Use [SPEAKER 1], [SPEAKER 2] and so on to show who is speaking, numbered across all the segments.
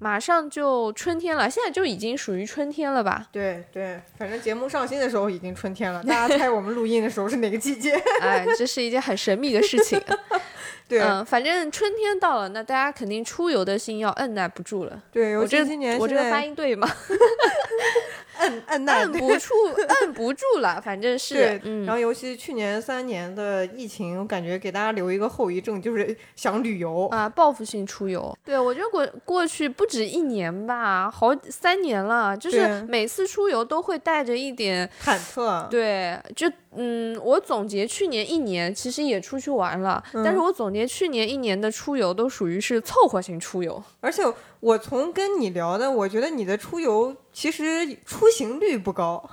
[SPEAKER 1] 马上就春天了，现在就已经属于春天了吧？
[SPEAKER 2] 对对，反正节目上新的时候已经春天了，大家猜我们录音的时候是哪 个季节？
[SPEAKER 1] 哎，这是一件很神秘的事情。
[SPEAKER 2] 对、
[SPEAKER 1] 嗯，反正春天到了，那大家肯定出游的心要按耐不住了。
[SPEAKER 2] 对，尤
[SPEAKER 1] 我
[SPEAKER 2] 其
[SPEAKER 1] 这
[SPEAKER 2] 今年
[SPEAKER 1] 我这
[SPEAKER 2] 现
[SPEAKER 1] 个
[SPEAKER 2] 在
[SPEAKER 1] 发音 对吗？
[SPEAKER 2] 摁摁耐
[SPEAKER 1] 按不 住，按不住了，反正是
[SPEAKER 2] 对，
[SPEAKER 1] 嗯
[SPEAKER 2] 然。后尤其去年三年的疫情，我感觉给大家留一个后遗症，就是想旅游。
[SPEAKER 1] 啊，报复性出游，对我觉得过过去不止一年吧，好三年了，就是
[SPEAKER 2] 对
[SPEAKER 1] 每次出游都会带着一点，
[SPEAKER 2] 忐忑，
[SPEAKER 1] 对，就嗯，我总结去年一年其实也出去玩了，但是我总结去年一年的出游都属于是凑合性出游，
[SPEAKER 2] 而且我从跟你聊的，我觉得你的出游其实出行率不高，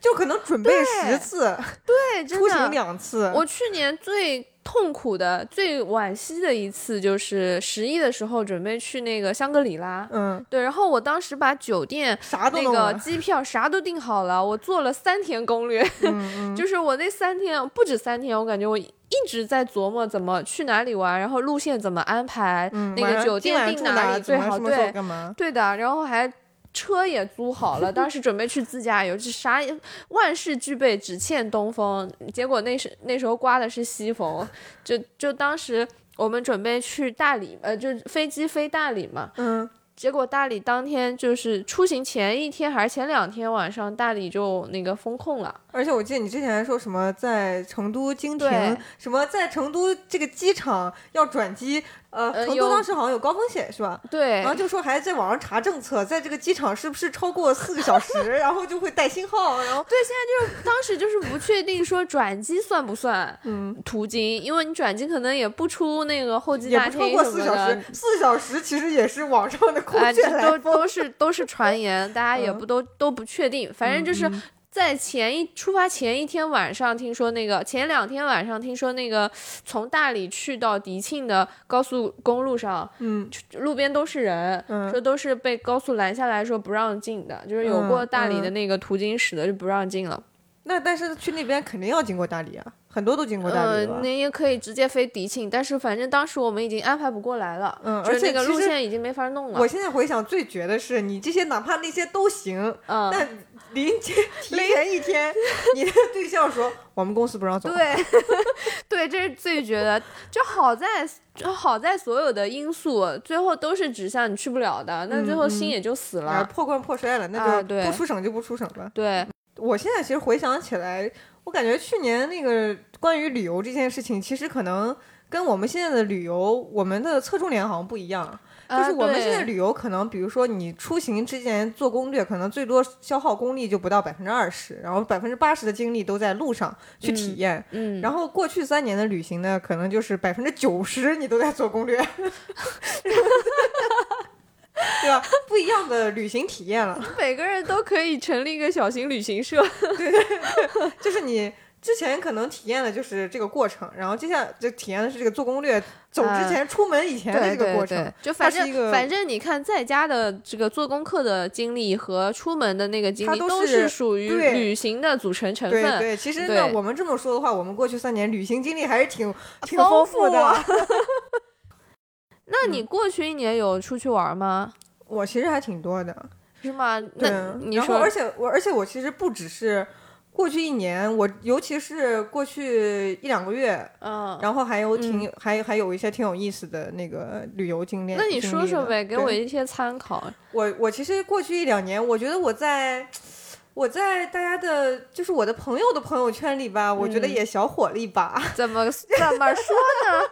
[SPEAKER 2] 就可能准备
[SPEAKER 1] 对
[SPEAKER 2] 十次，
[SPEAKER 1] 对，真
[SPEAKER 2] 出行
[SPEAKER 1] 的，
[SPEAKER 2] 两次。
[SPEAKER 1] 我去年最。痛苦的、最惋惜的一次就是十一的时候，准备去那个香格里拉。
[SPEAKER 2] 嗯，
[SPEAKER 1] 对，然后我当时把酒店
[SPEAKER 2] 啥都
[SPEAKER 1] 那
[SPEAKER 2] 弄
[SPEAKER 1] 个
[SPEAKER 2] 了。
[SPEAKER 1] 机票啥都订好了，我做了三天攻略，
[SPEAKER 2] 嗯 嗯，
[SPEAKER 1] 就是我那三天不止三天，我感觉我一直在琢磨怎么去哪里玩，然后路线怎么安排，
[SPEAKER 2] 嗯
[SPEAKER 1] 那
[SPEAKER 2] 晚
[SPEAKER 1] 个
[SPEAKER 2] 上
[SPEAKER 1] 酒
[SPEAKER 2] 今
[SPEAKER 1] 店
[SPEAKER 2] 晚
[SPEAKER 1] 订
[SPEAKER 2] 住
[SPEAKER 1] 哪里
[SPEAKER 2] 怎
[SPEAKER 1] 最
[SPEAKER 2] 么
[SPEAKER 1] 好，
[SPEAKER 2] 什么时候
[SPEAKER 1] 对
[SPEAKER 2] 干嘛？
[SPEAKER 1] 对的，然后还。车也租好了，当时准备去自驾游，这啥也万事俱备，只欠东风。结果那时那时候刮的是西风，就就当时我们准备去大理，呃，就是飞机飞大理嘛，
[SPEAKER 2] 嗯，
[SPEAKER 1] 结果大理当天就是出行前一天还是前两天晚上，大理就那个封控了。
[SPEAKER 2] 而且我记得你之前还说什么在成都经
[SPEAKER 1] 对
[SPEAKER 2] 停，什么在成都这个机场要转机，呃，
[SPEAKER 1] 呃
[SPEAKER 2] 成
[SPEAKER 1] 有哎
[SPEAKER 2] 都当时好像有高风险是吧？
[SPEAKER 1] 对
[SPEAKER 2] 然后，就说还在网上查政策，在这个机场是不是超过四个小时，然后就会带信号，然后
[SPEAKER 1] 对，现在就是 当时就是不确定说转机算不算
[SPEAKER 2] 嗯，
[SPEAKER 1] 途经，因为你转机可能也不出那个候机
[SPEAKER 2] 也
[SPEAKER 1] 大
[SPEAKER 2] 不超
[SPEAKER 1] 厅
[SPEAKER 2] 过
[SPEAKER 1] 什
[SPEAKER 2] 四
[SPEAKER 1] 么
[SPEAKER 2] 小
[SPEAKER 1] 的
[SPEAKER 2] 时。，四小时其实也是网上的空
[SPEAKER 1] 啊，
[SPEAKER 2] 穴
[SPEAKER 1] 这
[SPEAKER 2] 来
[SPEAKER 1] 都
[SPEAKER 2] 风。嗯
[SPEAKER 1] 都是都是传言，大家也不都、都不确定。反正就是在前一出发前一天晚上，听说那个前两天晚上听说那个从大理去到迪庆的高速公路上，
[SPEAKER 2] 嗯，
[SPEAKER 1] 路边都是人，
[SPEAKER 2] 嗯
[SPEAKER 1] 说都是被高速拦下来说不让进的，就是有
[SPEAKER 2] 嗯
[SPEAKER 1] 过大理的
[SPEAKER 2] 嗯
[SPEAKER 1] 那个途经史的就不让进了。
[SPEAKER 2] 那但是去那边肯定要经过大理啊，很多都经过大
[SPEAKER 1] 呃
[SPEAKER 2] 理了，吧。
[SPEAKER 1] 那也可以直接飞迪庆，但是反正当时我们已经安排不过来了，
[SPEAKER 2] 嗯
[SPEAKER 1] 就是
[SPEAKER 2] 而且
[SPEAKER 1] 那个
[SPEAKER 2] 其
[SPEAKER 1] 路
[SPEAKER 2] 实
[SPEAKER 1] 线已经没法弄了
[SPEAKER 2] 我。现在回想最绝的是，你这些哪怕那些都行，
[SPEAKER 1] 嗯，
[SPEAKER 2] 但临前提前一天，你的对象说我们公司不让走，
[SPEAKER 1] 对， 对，这是最绝的。就好在，就好在所有的因素最后都是指向你去不了的，那最后心也就死
[SPEAKER 2] 啊，
[SPEAKER 1] 了。
[SPEAKER 2] 破罐破摔了，
[SPEAKER 1] 啊
[SPEAKER 2] 那就
[SPEAKER 1] 对
[SPEAKER 2] 不出省就不出省了。
[SPEAKER 1] 对，
[SPEAKER 2] 我现在其实回想起来，我感觉去年那个关于旅游这件事情，其实可能跟我们现在的旅游，我们的侧重点好像不一样。就
[SPEAKER 1] 啊
[SPEAKER 2] 是我们现在
[SPEAKER 1] 对
[SPEAKER 2] 旅游，可能比如说你出行之前做攻略，可能最多消耗功力就不到百分之二十，然后百分之八十的精力都在路上去体验。
[SPEAKER 1] 嗯，
[SPEAKER 2] 然后过去三年的旅行呢，可能就是百分之九十你都在做攻略， 对吧？不一样的旅行体验了。
[SPEAKER 1] 每个人都可以成立一个小型旅行社。
[SPEAKER 2] 就是你之前可能体验的就是这个过程，然后接下来就体验的是这个做攻略，走之前、出门以前的
[SPEAKER 1] 呃对
[SPEAKER 2] 这个
[SPEAKER 1] 对
[SPEAKER 2] 过程
[SPEAKER 1] 对。，就反
[SPEAKER 2] 它是一
[SPEAKER 1] 正
[SPEAKER 2] 个
[SPEAKER 1] 反正你看，在家的这个做功课的经历和出门的那个经
[SPEAKER 2] 它
[SPEAKER 1] 历，
[SPEAKER 2] 都
[SPEAKER 1] 都
[SPEAKER 2] 是
[SPEAKER 1] 属于
[SPEAKER 2] 对
[SPEAKER 1] 旅行的组成成
[SPEAKER 2] 对
[SPEAKER 1] 分。
[SPEAKER 2] 对，其实
[SPEAKER 1] 对呃
[SPEAKER 2] 呢，我们这么说的话，我们过去三年旅行经历还是挺挺
[SPEAKER 1] 丰
[SPEAKER 2] 丰
[SPEAKER 1] 富啊
[SPEAKER 2] 的。嗯
[SPEAKER 1] 那你过去一年有出去玩吗？
[SPEAKER 2] 我其实还挺多的，
[SPEAKER 1] 是吗？
[SPEAKER 2] 对啊
[SPEAKER 1] 那。你
[SPEAKER 2] 然后，
[SPEAKER 1] 说
[SPEAKER 2] 而且我而且我其实不只是过去一年，我尤其是过去一两个月，
[SPEAKER 1] 嗯，
[SPEAKER 2] 然后还有挺、还还有一些挺有意思的那个旅游经历。
[SPEAKER 1] 那你
[SPEAKER 2] 经
[SPEAKER 1] 说
[SPEAKER 2] 历
[SPEAKER 1] 说
[SPEAKER 2] 的
[SPEAKER 1] 呗，给
[SPEAKER 2] 对
[SPEAKER 1] 我一些参考。
[SPEAKER 2] 我我其实过去一两年，我觉得我在我在大家的，就是我的朋友的朋友圈里吧，我觉得
[SPEAKER 1] 嗯
[SPEAKER 2] 也小火了一把。
[SPEAKER 1] 怎么怎么说呢？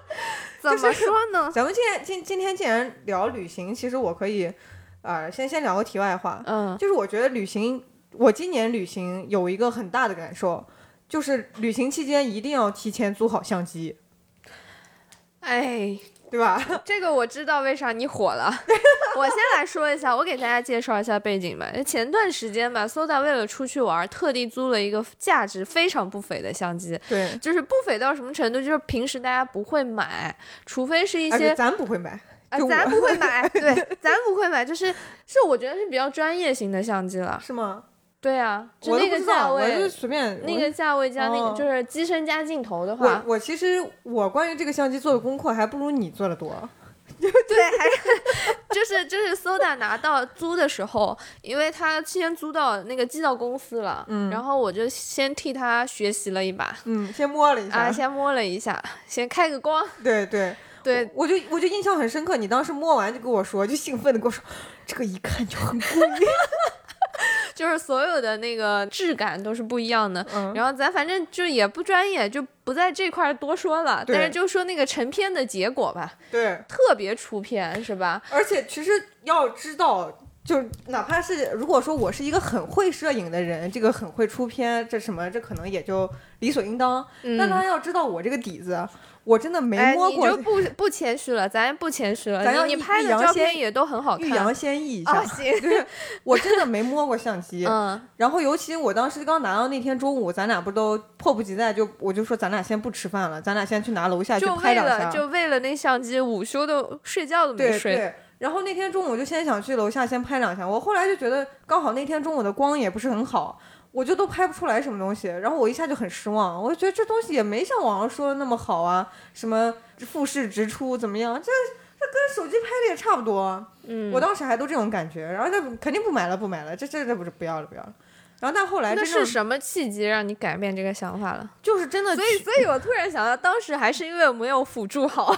[SPEAKER 1] 怎么说 呢？
[SPEAKER 2] 咱们今天今今天既然聊旅行，其实我可以，呃，先先聊个题外话，
[SPEAKER 1] 嗯
[SPEAKER 2] 就是我觉得旅行，我今年旅行有一个很大的感受，就是旅行期间一定要提前租好相机。
[SPEAKER 1] 哎，
[SPEAKER 2] 对吧？
[SPEAKER 1] 这个我知道为啥你火了。我先来说一下，我给大家介绍一下背景吧。前段时间吧，Soda 为了出去玩，特地租了一个价值非常不菲的相机，
[SPEAKER 2] 对，
[SPEAKER 1] 就是不菲到什么程度，就是平时大家不会买，除非是一
[SPEAKER 2] 而
[SPEAKER 1] 些
[SPEAKER 2] 且咱不会买，
[SPEAKER 1] 啊、
[SPEAKER 2] 就
[SPEAKER 1] 咱
[SPEAKER 2] 我
[SPEAKER 1] 不 会买，对，咱不会买，就是是我觉得是比较专业型的相机了。
[SPEAKER 2] 是吗？
[SPEAKER 1] 对啊，就
[SPEAKER 2] 我都
[SPEAKER 1] 那
[SPEAKER 2] 不
[SPEAKER 1] 个
[SPEAKER 2] 知
[SPEAKER 1] 价
[SPEAKER 2] 道，我就
[SPEAKER 1] 位
[SPEAKER 2] 是，随便
[SPEAKER 1] 那
[SPEAKER 2] 我
[SPEAKER 1] 个价位加那个、
[SPEAKER 2] 哦
[SPEAKER 1] 就是机身加镜头的
[SPEAKER 2] 我
[SPEAKER 1] 话，
[SPEAKER 2] 我其实我关于这个相机做的功课还不如你做的多。
[SPEAKER 1] 对，还是 就是就是 Soda 拿到租的时候，因为他先租到那个寄到公司了，
[SPEAKER 2] 嗯
[SPEAKER 1] 然后我就先替他学习了一把
[SPEAKER 2] 嗯，先摸了一下，
[SPEAKER 1] 啊，先摸了一下，先开个光，
[SPEAKER 2] 对对
[SPEAKER 1] 对，
[SPEAKER 2] 我就我就印象很深刻，你当时摸完就跟我说，就兴奋的跟我说， 这个一看就 很贵。
[SPEAKER 1] 就是所有的那个质感都是不一样的。
[SPEAKER 2] 嗯，
[SPEAKER 1] 然后咱反正就也不专业，就不在这块儿多说了。
[SPEAKER 2] 对
[SPEAKER 1] 但是就说那个成片的结果吧，
[SPEAKER 2] 对，
[SPEAKER 1] 特别出片是吧？
[SPEAKER 2] 而且其实要知道，就是哪怕是如果说我是一个很会摄影的人，这个很会出片，这什么这可能也就理所应当。
[SPEAKER 1] 嗯
[SPEAKER 2] 但他要知道我这个底子，我真的没摸过。
[SPEAKER 1] 哎、 你就不不谦虚了，咱不谦虚了。
[SPEAKER 2] 咱要
[SPEAKER 1] 你你
[SPEAKER 2] 欲
[SPEAKER 1] 拍
[SPEAKER 2] 欲
[SPEAKER 1] 的
[SPEAKER 2] 扬
[SPEAKER 1] 照片
[SPEAKER 2] 先
[SPEAKER 1] 也都很好
[SPEAKER 2] 欲
[SPEAKER 1] 看。
[SPEAKER 2] 扬先抑一下，
[SPEAKER 1] 啊，行，
[SPEAKER 2] 我真的没摸过相机。
[SPEAKER 1] 嗯，
[SPEAKER 2] 然后，尤其我当时刚拿到那天中午，咱俩不都迫不及待就我就说咱俩先不吃饭了，咱俩先去拿楼下去
[SPEAKER 1] 就
[SPEAKER 2] 拍
[SPEAKER 1] 为
[SPEAKER 2] 两
[SPEAKER 1] 了
[SPEAKER 2] 下。
[SPEAKER 1] 就为了那相机，午休都睡觉都没
[SPEAKER 2] 对
[SPEAKER 1] 睡。
[SPEAKER 2] 对。然后那天中午我就先想去楼下先拍两下，我后来就觉得刚好那天中午的光也不是很好，我就都拍不出来什么东西。然后我一下就很失望，我就觉得这东西也没像网上说的那么好啊，什么复视直出怎么样，这这跟手机拍的也差不多啊。
[SPEAKER 1] 嗯，
[SPEAKER 2] 我当时还都这种感觉，然后这肯定不买了，不买了，这这这不是不要了不要了。然后但后来
[SPEAKER 1] 那
[SPEAKER 2] 真
[SPEAKER 1] 是
[SPEAKER 2] 正
[SPEAKER 1] 什么契机让你改变这个想法了？
[SPEAKER 2] 就是真的
[SPEAKER 1] 所以，所以我突然想到，当时还是因为我没有辅助好。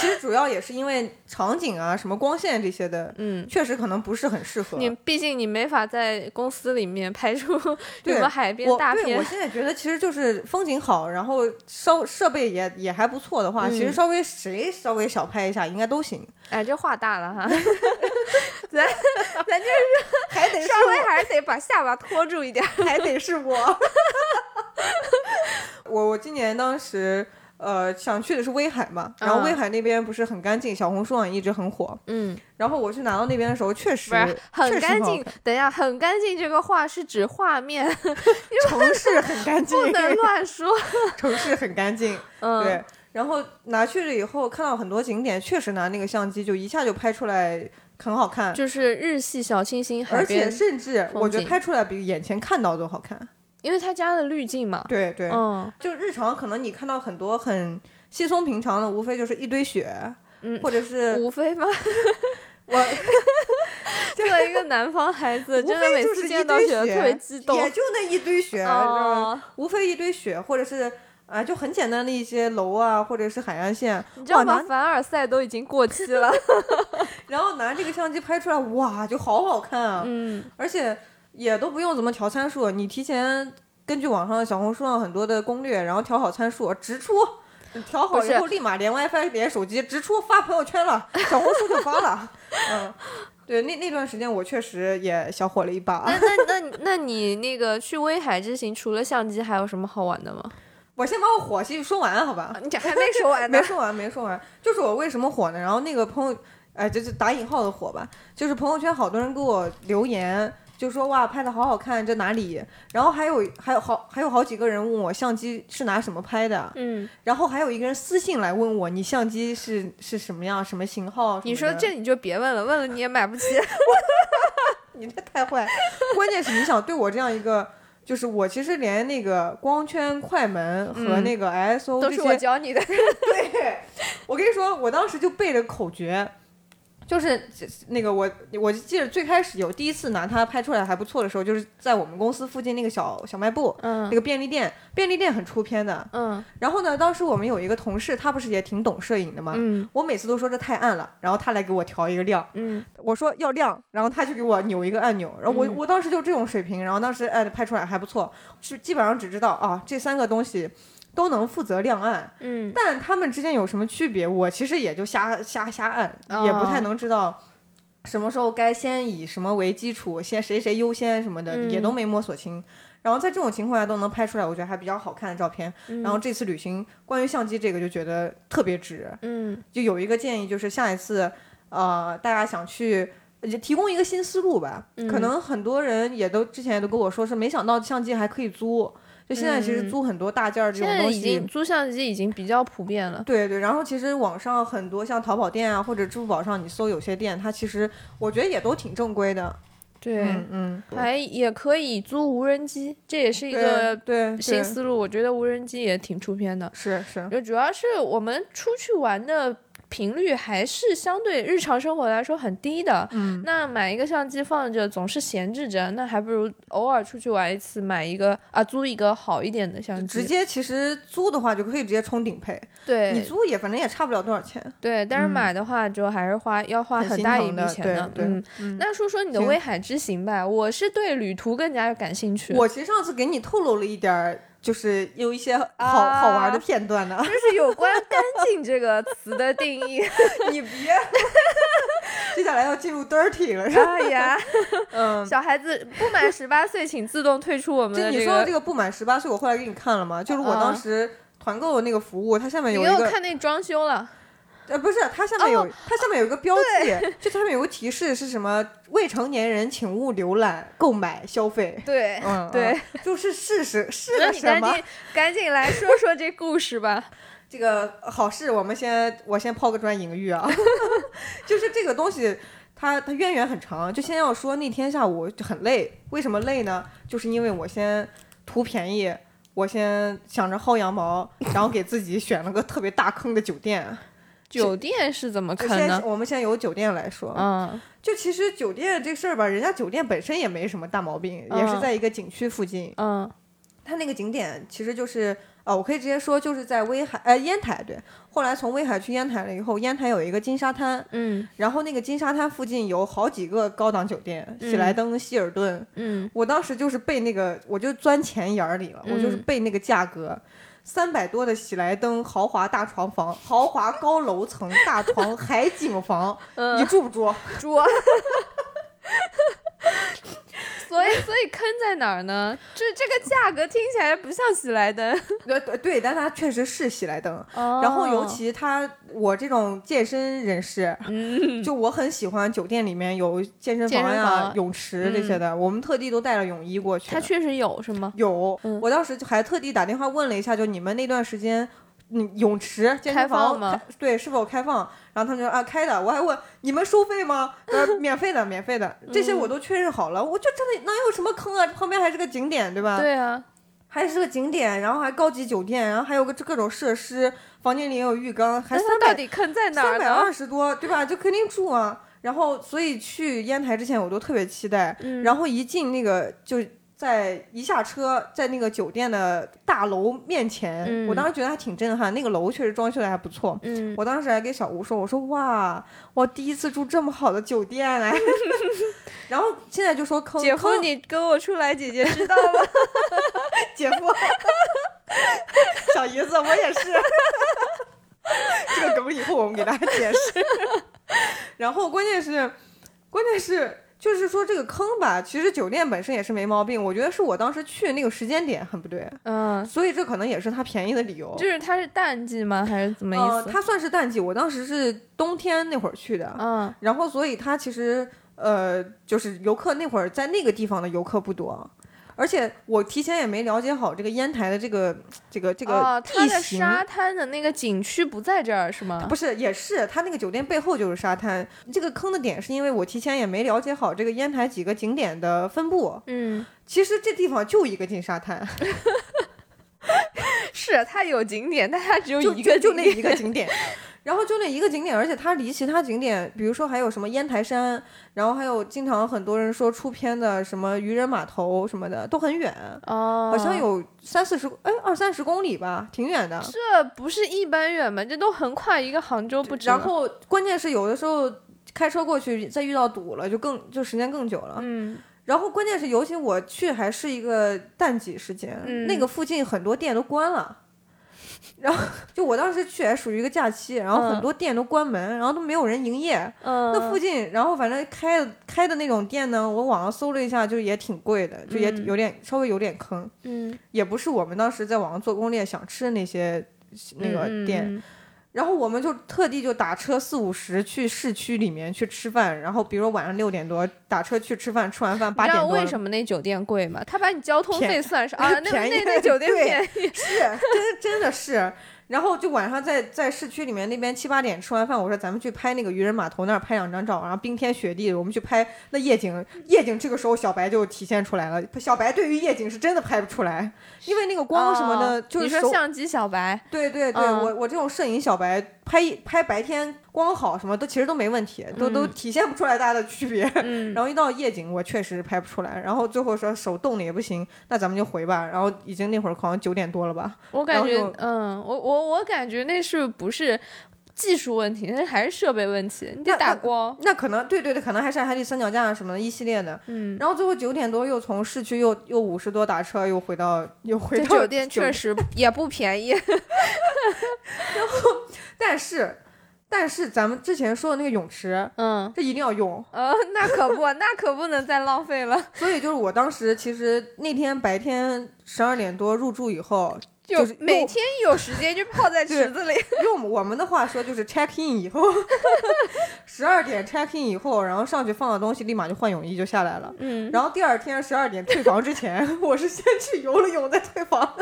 [SPEAKER 2] 其实主要也是因为场景啊、什么光线这些的，
[SPEAKER 1] 嗯，
[SPEAKER 2] 确实可能不是很适合。
[SPEAKER 1] 你毕竟你没法在公司里面拍出
[SPEAKER 2] 对
[SPEAKER 1] 什么海边
[SPEAKER 2] 我
[SPEAKER 1] 大
[SPEAKER 2] 对我
[SPEAKER 1] 片。
[SPEAKER 2] 现在觉得，其实就是风景好，然后稍设备也也还不错的话，
[SPEAKER 1] 嗯
[SPEAKER 2] 其实稍微谁稍微小拍一下应该都行，
[SPEAKER 1] 哎，这话大 了哈，
[SPEAKER 2] 还得是
[SPEAKER 1] 稍微 还是得把下巴托住一点。
[SPEAKER 2] 还得是我。我我今年当时呃想去的是威海嘛，然后
[SPEAKER 1] 嗯
[SPEAKER 2] 威海那边不是很干净，小红书上也一直很火。
[SPEAKER 1] 嗯，
[SPEAKER 2] 然后我去拿到那边的时候，确实
[SPEAKER 1] 不是很
[SPEAKER 2] 确实
[SPEAKER 1] 干
[SPEAKER 2] 好
[SPEAKER 1] 净。等一下，很干净这个话是指画面，
[SPEAKER 2] 城市很干净，
[SPEAKER 1] 不能乱说。
[SPEAKER 2] 城市很干净。
[SPEAKER 1] 嗯，
[SPEAKER 2] 对，然后拿去了以后，看到很多景点，确实拿那个相机就一下就拍出来很好看，
[SPEAKER 1] 就是日系小清新海
[SPEAKER 2] 而且
[SPEAKER 1] 边，
[SPEAKER 2] 甚至
[SPEAKER 1] 风
[SPEAKER 2] 我觉得
[SPEAKER 1] 景
[SPEAKER 2] 拍出来比眼前看到都好看。
[SPEAKER 1] 因为它加了滤镜嘛。
[SPEAKER 2] 对对，
[SPEAKER 1] 嗯
[SPEAKER 2] 就日常可能你看到很多很稀松平常的，无非就是一堆雪，
[SPEAKER 1] 嗯
[SPEAKER 2] 或者是
[SPEAKER 1] 无非 吗？
[SPEAKER 2] 我
[SPEAKER 1] 作为一个南方孩子，
[SPEAKER 2] 无
[SPEAKER 1] 真的
[SPEAKER 2] 非
[SPEAKER 1] 每
[SPEAKER 2] 就
[SPEAKER 1] 次
[SPEAKER 2] 是
[SPEAKER 1] 见
[SPEAKER 2] 一
[SPEAKER 1] 到
[SPEAKER 2] 堆
[SPEAKER 1] 觉得
[SPEAKER 2] 雪，
[SPEAKER 1] 特别激动。
[SPEAKER 2] 也就那一堆雪，
[SPEAKER 1] 哦，
[SPEAKER 2] 无非一堆雪，或者是。啊，就很简单的一些楼啊，或者是海岸线，
[SPEAKER 1] 你知道
[SPEAKER 2] 哇，
[SPEAKER 1] 吗？
[SPEAKER 2] 拿
[SPEAKER 1] 凡尔赛都已经 过期了。
[SPEAKER 2] 然后拿这个相机拍出来，哇，就好好看啊！
[SPEAKER 1] 嗯，
[SPEAKER 2] 而且也都不用怎么调参数，你提前根据网上小红书上很多的攻略，然后调好参数，直出。你调好
[SPEAKER 1] 不
[SPEAKER 2] 以
[SPEAKER 1] 是
[SPEAKER 2] 后立马连 WiFi 连手机直出发朋友圈了，小红书就发了。 嗯，对，那那段时间我确实也小火了一把。
[SPEAKER 1] 那那那那你那个去威海之行，除了相机，还有什么好玩的 吗？
[SPEAKER 2] 我先把我火气说完，好吧？
[SPEAKER 1] 你这 还没说完
[SPEAKER 2] 没说完，啊没说完，就是我为什么火呢？然后那个朋友，哎，这就打引号的火吧，就是朋友圈好多人给我留言，就说哇拍的好好看，这哪里？然后还有还有好还有好几个人问我相机是拿什么拍的，
[SPEAKER 1] 嗯，
[SPEAKER 2] 然后还有一个人私信来问我你相机是是什么样，什么型号什么的？
[SPEAKER 1] 你说这你就别问了，问了你也买不起。
[SPEAKER 2] 你这太坏，关键是你想对我这样一个。就是我其实连那个光圈、快门和
[SPEAKER 1] 嗯
[SPEAKER 2] 那个 ISO
[SPEAKER 1] 都
[SPEAKER 2] 这
[SPEAKER 1] 是
[SPEAKER 2] 些
[SPEAKER 1] 我教 你的。
[SPEAKER 2] 对，我跟你说，我当时就背着口诀，就是那个我我记得最开始有第一次拿它拍出来还不错的时候，就是在我们公司附近那个小小卖部。那
[SPEAKER 1] 嗯
[SPEAKER 2] 个便利店，便利店很出片的。
[SPEAKER 1] 嗯
[SPEAKER 2] 然后呢，当时我们有一个同事，他不是也挺懂摄影的吗？
[SPEAKER 1] 嗯
[SPEAKER 2] 我每次都说这太暗了，然后他来给我调一个亮，
[SPEAKER 1] 嗯，
[SPEAKER 2] 我说要亮，然后他就给我扭一个按钮，然后我、
[SPEAKER 1] 嗯
[SPEAKER 2] 我当时就这种水平，然后当时哎拍出来还不错，是基本上只知道啊这三个东西都能负责亮暗，
[SPEAKER 1] 嗯，
[SPEAKER 2] 但他们之间有什么区别？我其实也就瞎瞎瞎按，
[SPEAKER 1] 哦
[SPEAKER 2] 也不太能知道什么时候该先以什么为基础，先谁谁优先什么的，
[SPEAKER 1] 嗯
[SPEAKER 2] 也都没摸索清。然后在这种情况下都能拍出来，我觉得还比较好看的照片。
[SPEAKER 1] 嗯
[SPEAKER 2] 然后这次旅行关于相机这个就觉得特别值，
[SPEAKER 1] 嗯
[SPEAKER 2] 就有一个建议就是下一次，呃，大家想去。也提供一个新思路吧，
[SPEAKER 1] 嗯
[SPEAKER 2] 可能很多人也都之前也都跟我说是没想到相机还可以租，就现在其实
[SPEAKER 1] 嗯
[SPEAKER 2] 租很多大件儿这
[SPEAKER 1] 现
[SPEAKER 2] 种
[SPEAKER 1] 在
[SPEAKER 2] 东
[SPEAKER 1] 已
[SPEAKER 2] 西，
[SPEAKER 1] 经租相机已经比较普遍了。
[SPEAKER 2] 对对，然后其实网上很多像淘宝店啊或者支付宝上，你搜有些店，它其实我觉得也都挺正规的。
[SPEAKER 1] 对，
[SPEAKER 2] 嗯嗯，
[SPEAKER 1] 还也可以租无人机，这也是一
[SPEAKER 2] 对
[SPEAKER 1] 个
[SPEAKER 2] 对
[SPEAKER 1] 新
[SPEAKER 2] 对
[SPEAKER 1] 思路。我觉得无人机也挺出片的，
[SPEAKER 2] 是是，
[SPEAKER 1] 就主要是我们出去玩的。频率还是相对日常生活来说很低的，
[SPEAKER 2] 嗯，
[SPEAKER 1] 那买一个相机放着总是闲置着，那还不如偶尔出去玩一次，买一个啊租一个好一点的相机。
[SPEAKER 2] 直接其实租的话就可以直接充顶配，
[SPEAKER 1] 对
[SPEAKER 2] 你租也反正也差不了多少钱。
[SPEAKER 1] 对，但是
[SPEAKER 2] 嗯
[SPEAKER 1] 买的话就还是花、要花
[SPEAKER 2] 很
[SPEAKER 1] 很
[SPEAKER 2] 心
[SPEAKER 1] 大一
[SPEAKER 2] 疼
[SPEAKER 1] 笔
[SPEAKER 2] 的
[SPEAKER 1] 钱
[SPEAKER 2] 对
[SPEAKER 1] 的。
[SPEAKER 2] 对
[SPEAKER 1] 嗯，那说说你的
[SPEAKER 2] 行
[SPEAKER 1] 威海之行吧，我是对旅途更加感兴趣。，
[SPEAKER 2] 我其实上次给你透露了一点儿，就是有一些好、好玩的片段的
[SPEAKER 1] 就是有关“干净”这个词的定义。
[SPEAKER 2] 你别，接下来要进入 dirty 了，是吧？
[SPEAKER 1] 哎呀，
[SPEAKER 2] 嗯。
[SPEAKER 1] 小孩子不满十八岁，请自动退出我们
[SPEAKER 2] 就
[SPEAKER 1] 的
[SPEAKER 2] 你
[SPEAKER 1] 这
[SPEAKER 2] 说的
[SPEAKER 1] 个。
[SPEAKER 2] 这个不满十八岁，我后来给你看了嘛，就是我当
[SPEAKER 1] 嗯
[SPEAKER 2] 时团购的那个服务，它下面
[SPEAKER 1] 你
[SPEAKER 2] 有
[SPEAKER 1] 给
[SPEAKER 2] 一
[SPEAKER 1] 我
[SPEAKER 2] 个
[SPEAKER 1] 看那装修了，
[SPEAKER 2] 呃，不是，它下面
[SPEAKER 1] 哦
[SPEAKER 2] 有、它下面有一个标记，就它下面有个提示是什么？未成年人请勿浏览、购买、消费。
[SPEAKER 1] 对。
[SPEAKER 2] 嗯，
[SPEAKER 1] 对
[SPEAKER 2] 嗯就是事实是
[SPEAKER 1] 那
[SPEAKER 2] 个
[SPEAKER 1] 你
[SPEAKER 2] 什
[SPEAKER 1] 赶
[SPEAKER 2] 么？
[SPEAKER 1] 紧赶紧来说说这故事吧。
[SPEAKER 2] 这个好事，我们先我先抛个砖引个玉啊， 就是这个东西。它它渊源很长，就先要说那天下午就很累，为什么累呢？就是因为我先图便宜，我先想着薅羊毛，然后给自己选了个特别大坑的酒店。
[SPEAKER 1] 酒店是怎么
[SPEAKER 2] 就
[SPEAKER 1] 坑
[SPEAKER 2] 先
[SPEAKER 1] 的？
[SPEAKER 2] 我们现在有酒店来说，
[SPEAKER 1] 嗯
[SPEAKER 2] 就其实酒店这事儿吧，人家酒店本身也没什么大毛病，也是
[SPEAKER 1] 嗯
[SPEAKER 2] 在一个景区附近。
[SPEAKER 1] 嗯
[SPEAKER 2] 它那个景点其实就是，呃，我可以直接说，就是在威海，呃，烟台对。后来从威海去烟台了以后，烟台有一个金沙滩，
[SPEAKER 1] 嗯
[SPEAKER 2] 然后那个金沙滩附近有好几个高档酒店，
[SPEAKER 1] 嗯
[SPEAKER 2] 喜来登、希尔顿。
[SPEAKER 1] 嗯，
[SPEAKER 2] 我当时就是被那个，我就钻钱眼儿里了，我就是
[SPEAKER 1] 嗯
[SPEAKER 2] 被那个价格。三百多的喜来登豪华大床房、豪华高楼层大床海景房，
[SPEAKER 1] 嗯
[SPEAKER 2] 你住不住？
[SPEAKER 1] 猪。所以，所以坑在哪儿呢？就这个价格听起来不像喜来登，
[SPEAKER 2] 对呃对对，但它确实是喜来登。
[SPEAKER 1] 然
[SPEAKER 2] 然后
[SPEAKER 1] 哦
[SPEAKER 2] 尤其他，我这种健身人士， 就我很喜欢酒店里面有健身
[SPEAKER 1] 嗯健
[SPEAKER 2] 房
[SPEAKER 1] 身
[SPEAKER 2] 呀、
[SPEAKER 1] 房
[SPEAKER 2] 泳池这些的，我们特地都带了泳衣过去。
[SPEAKER 1] 他确实有是吗？
[SPEAKER 2] 有，
[SPEAKER 1] 嗯
[SPEAKER 2] 我当时就还特地打电话问了一下，就你们那段时间。嗯，泳池、健
[SPEAKER 1] 开
[SPEAKER 2] 身
[SPEAKER 1] 放
[SPEAKER 2] 房
[SPEAKER 1] 吗
[SPEAKER 2] 开对是否开放？然后他们就说啊开的，我还问你们收费吗？呃，免费的，免费的，这些
[SPEAKER 1] 嗯
[SPEAKER 2] 我都确认好了。我就真的哪有什么坑啊？旁边还是个景点，对吧？
[SPEAKER 1] 对啊，
[SPEAKER 2] 还是个景点，然后还高级酒店，然后还有个各种设施，房间里也有浴缸，还
[SPEAKER 1] 那
[SPEAKER 2] 三
[SPEAKER 1] 他到
[SPEAKER 2] 百
[SPEAKER 1] 底坑在哪
[SPEAKER 2] 三
[SPEAKER 1] 儿
[SPEAKER 2] 百
[SPEAKER 1] 呢？
[SPEAKER 2] 二十多，对吧？就肯定住啊。然后，所以去烟台之前我都特别期待，
[SPEAKER 1] 嗯
[SPEAKER 2] 然后一进那个就。在一下车，在那个酒店的大楼面前，
[SPEAKER 1] 嗯
[SPEAKER 2] 我当时觉得还挺震撼。那个楼确实装修的还不错，
[SPEAKER 1] 嗯，
[SPEAKER 2] 我当时还给小吴说：“我说哇，我第一次住这么好的酒店 哎。”然后现在就说坑
[SPEAKER 1] 姐夫
[SPEAKER 2] 坑
[SPEAKER 1] 你跟我出来，姐姐知道 吗？
[SPEAKER 2] 姐夫， 小姨子，我也 是。这个梗以后我们给大家解释。 然后关键是，关键是就是说这个坑吧，其实酒店本身也是没毛病，我觉得是我当时去那个时间点很不对，
[SPEAKER 1] 嗯，
[SPEAKER 2] 所以这可能也是它便宜的理由。
[SPEAKER 1] 就是他是淡季吗？还是怎么
[SPEAKER 2] 呃，
[SPEAKER 1] 意思？
[SPEAKER 2] 它算是淡季，我当时是冬天那会儿去的，
[SPEAKER 1] 嗯
[SPEAKER 2] 然后所以它其实呃，就是游客那会儿在那个地方的游客不多，而且我提前也没了解好这个烟台的这个这个这
[SPEAKER 1] 哦
[SPEAKER 2] 个，
[SPEAKER 1] 他
[SPEAKER 2] 地
[SPEAKER 1] 的
[SPEAKER 2] 形。
[SPEAKER 1] 沙滩的那个景区不在这儿是吗？
[SPEAKER 2] 不是，也是，它那个酒店背后就是沙滩。这个坑的点是因为我提前也没了解好这个烟台几个景点的分布。
[SPEAKER 1] 嗯，
[SPEAKER 2] 其实这地方就一个金沙滩，啊
[SPEAKER 1] 是它有景点，但它只有
[SPEAKER 2] 就
[SPEAKER 1] 一个
[SPEAKER 2] 就
[SPEAKER 1] 景
[SPEAKER 2] 那
[SPEAKER 1] 点
[SPEAKER 2] 一个 景 点。然后就那一个景点，而且它离其他景点，比如说还有什么烟台山，然后还有经常很多人说出片的什么渔人码头什么的，都很远，
[SPEAKER 1] 哦，
[SPEAKER 2] 好像有三四十，哎，二三十公里吧，挺远的。
[SPEAKER 1] 这不是一般远吗？这都横跨一个杭州不止吗。
[SPEAKER 2] 然后关键是有的时候开车过去，再遇到堵了，就更就时间更久了。
[SPEAKER 1] 嗯
[SPEAKER 2] 然后关键是，尤其我去还是一个淡季时间，
[SPEAKER 1] 嗯
[SPEAKER 2] 那个附近很多店都关了。然后就我当时去还属于一个假期，然后很多店都关门，然后都没有人营业。
[SPEAKER 1] 嗯，
[SPEAKER 2] 那附近，然后反正开的开的那种店呢，我网上搜了一下，就也挺贵的，就也
[SPEAKER 1] 嗯
[SPEAKER 2] 有点、稍微有点坑，
[SPEAKER 1] 嗯
[SPEAKER 2] 也不是我们当时在网上做攻略想吃的那些那个店。，
[SPEAKER 1] 嗯
[SPEAKER 2] 然后我们就特地就打车四五十去市区里面去吃饭，然后比如说晚上六点多打车去吃饭，吃完饭
[SPEAKER 1] 你
[SPEAKER 2] 八
[SPEAKER 1] 知
[SPEAKER 2] 点
[SPEAKER 1] 道
[SPEAKER 2] 多了。
[SPEAKER 1] 为什么那酒店贵吗？他把你交通费
[SPEAKER 2] 便
[SPEAKER 1] 算 上啊，那
[SPEAKER 2] 便宜
[SPEAKER 1] 那那酒店
[SPEAKER 2] 对
[SPEAKER 1] 便宜，
[SPEAKER 2] 是，真真的是。然后就晚上在在市区里面那边七八点吃完饭，我说咱们去拍那个渔人码头那儿拍两张照，然后冰天雪地，我们去拍那夜景。夜景这个时候小白就体现出来了，小白对于夜景是真的拍不出来，因为那个光什么的，
[SPEAKER 1] 哦
[SPEAKER 2] 就
[SPEAKER 1] 你
[SPEAKER 2] 是
[SPEAKER 1] 说
[SPEAKER 2] 手。
[SPEAKER 1] 相机小白，
[SPEAKER 2] 对对对，
[SPEAKER 1] 嗯
[SPEAKER 2] 我我这种摄影小白拍一拍白天光好什么都其实都没问题，都都体现不出来大的区别。
[SPEAKER 1] 嗯
[SPEAKER 2] 然后一到夜景，我确实拍不出来。然后最后说手冻的也不行，那咱们就回吧。然后已经那会儿好像九点多了吧，
[SPEAKER 1] 我
[SPEAKER 2] 然
[SPEAKER 1] 感
[SPEAKER 2] 后
[SPEAKER 1] 觉
[SPEAKER 2] 就，
[SPEAKER 1] 嗯，我我我感觉那是不是技术问题，那还是设备问题，你得
[SPEAKER 2] 那
[SPEAKER 1] 打
[SPEAKER 2] 那
[SPEAKER 1] 光。
[SPEAKER 2] 那可能对对对，可能还是海底三脚架什么的一系列的。
[SPEAKER 1] 嗯，
[SPEAKER 2] 然后最后九点多又从市区又又五十多打车又回到又回
[SPEAKER 1] 这
[SPEAKER 2] 到
[SPEAKER 1] 酒店确， 实也不便宜。
[SPEAKER 2] 但是但是咱们之前说的那个泳池，
[SPEAKER 1] 嗯，
[SPEAKER 2] 这一定要用。
[SPEAKER 1] 呃，那可不，那可不能再浪费了，
[SPEAKER 2] 所以就是我当时其实那天白天十二点多入住以后，就是又
[SPEAKER 1] 每天一有时间就泡在
[SPEAKER 2] 对
[SPEAKER 1] 池子里。
[SPEAKER 2] 用我们的话说就是 check in 以后， 十二点 check in 以后，然后上去放了东西，立马就换泳衣就下来了。
[SPEAKER 1] 嗯，
[SPEAKER 2] 然后第二天十二点退房之前， 我是先去游了泳再退房。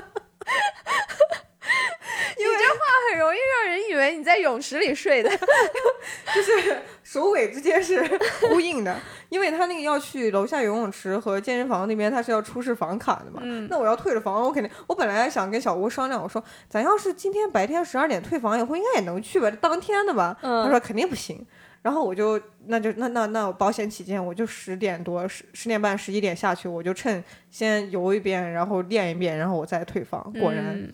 [SPEAKER 1] 你这话 很容易让人以为你在泳池里 睡的。
[SPEAKER 2] 首尾之间是呼应的，因为他那个要去楼下游泳池和健身房那边，他是要出示房卡的嘛。
[SPEAKER 1] 嗯
[SPEAKER 2] 那我要退了房，我肯定，我本来想跟小吴商量，我说咱要是今天白天十二点退房以后，应该也能去吧，当天的吧。他
[SPEAKER 1] 嗯
[SPEAKER 2] 说肯定不行，然后我就那就那那那我保险起见，我就十点多十十点半十一点下去，我就趁先游一遍，然后练一遍，然后我再退房。果然，
[SPEAKER 1] 嗯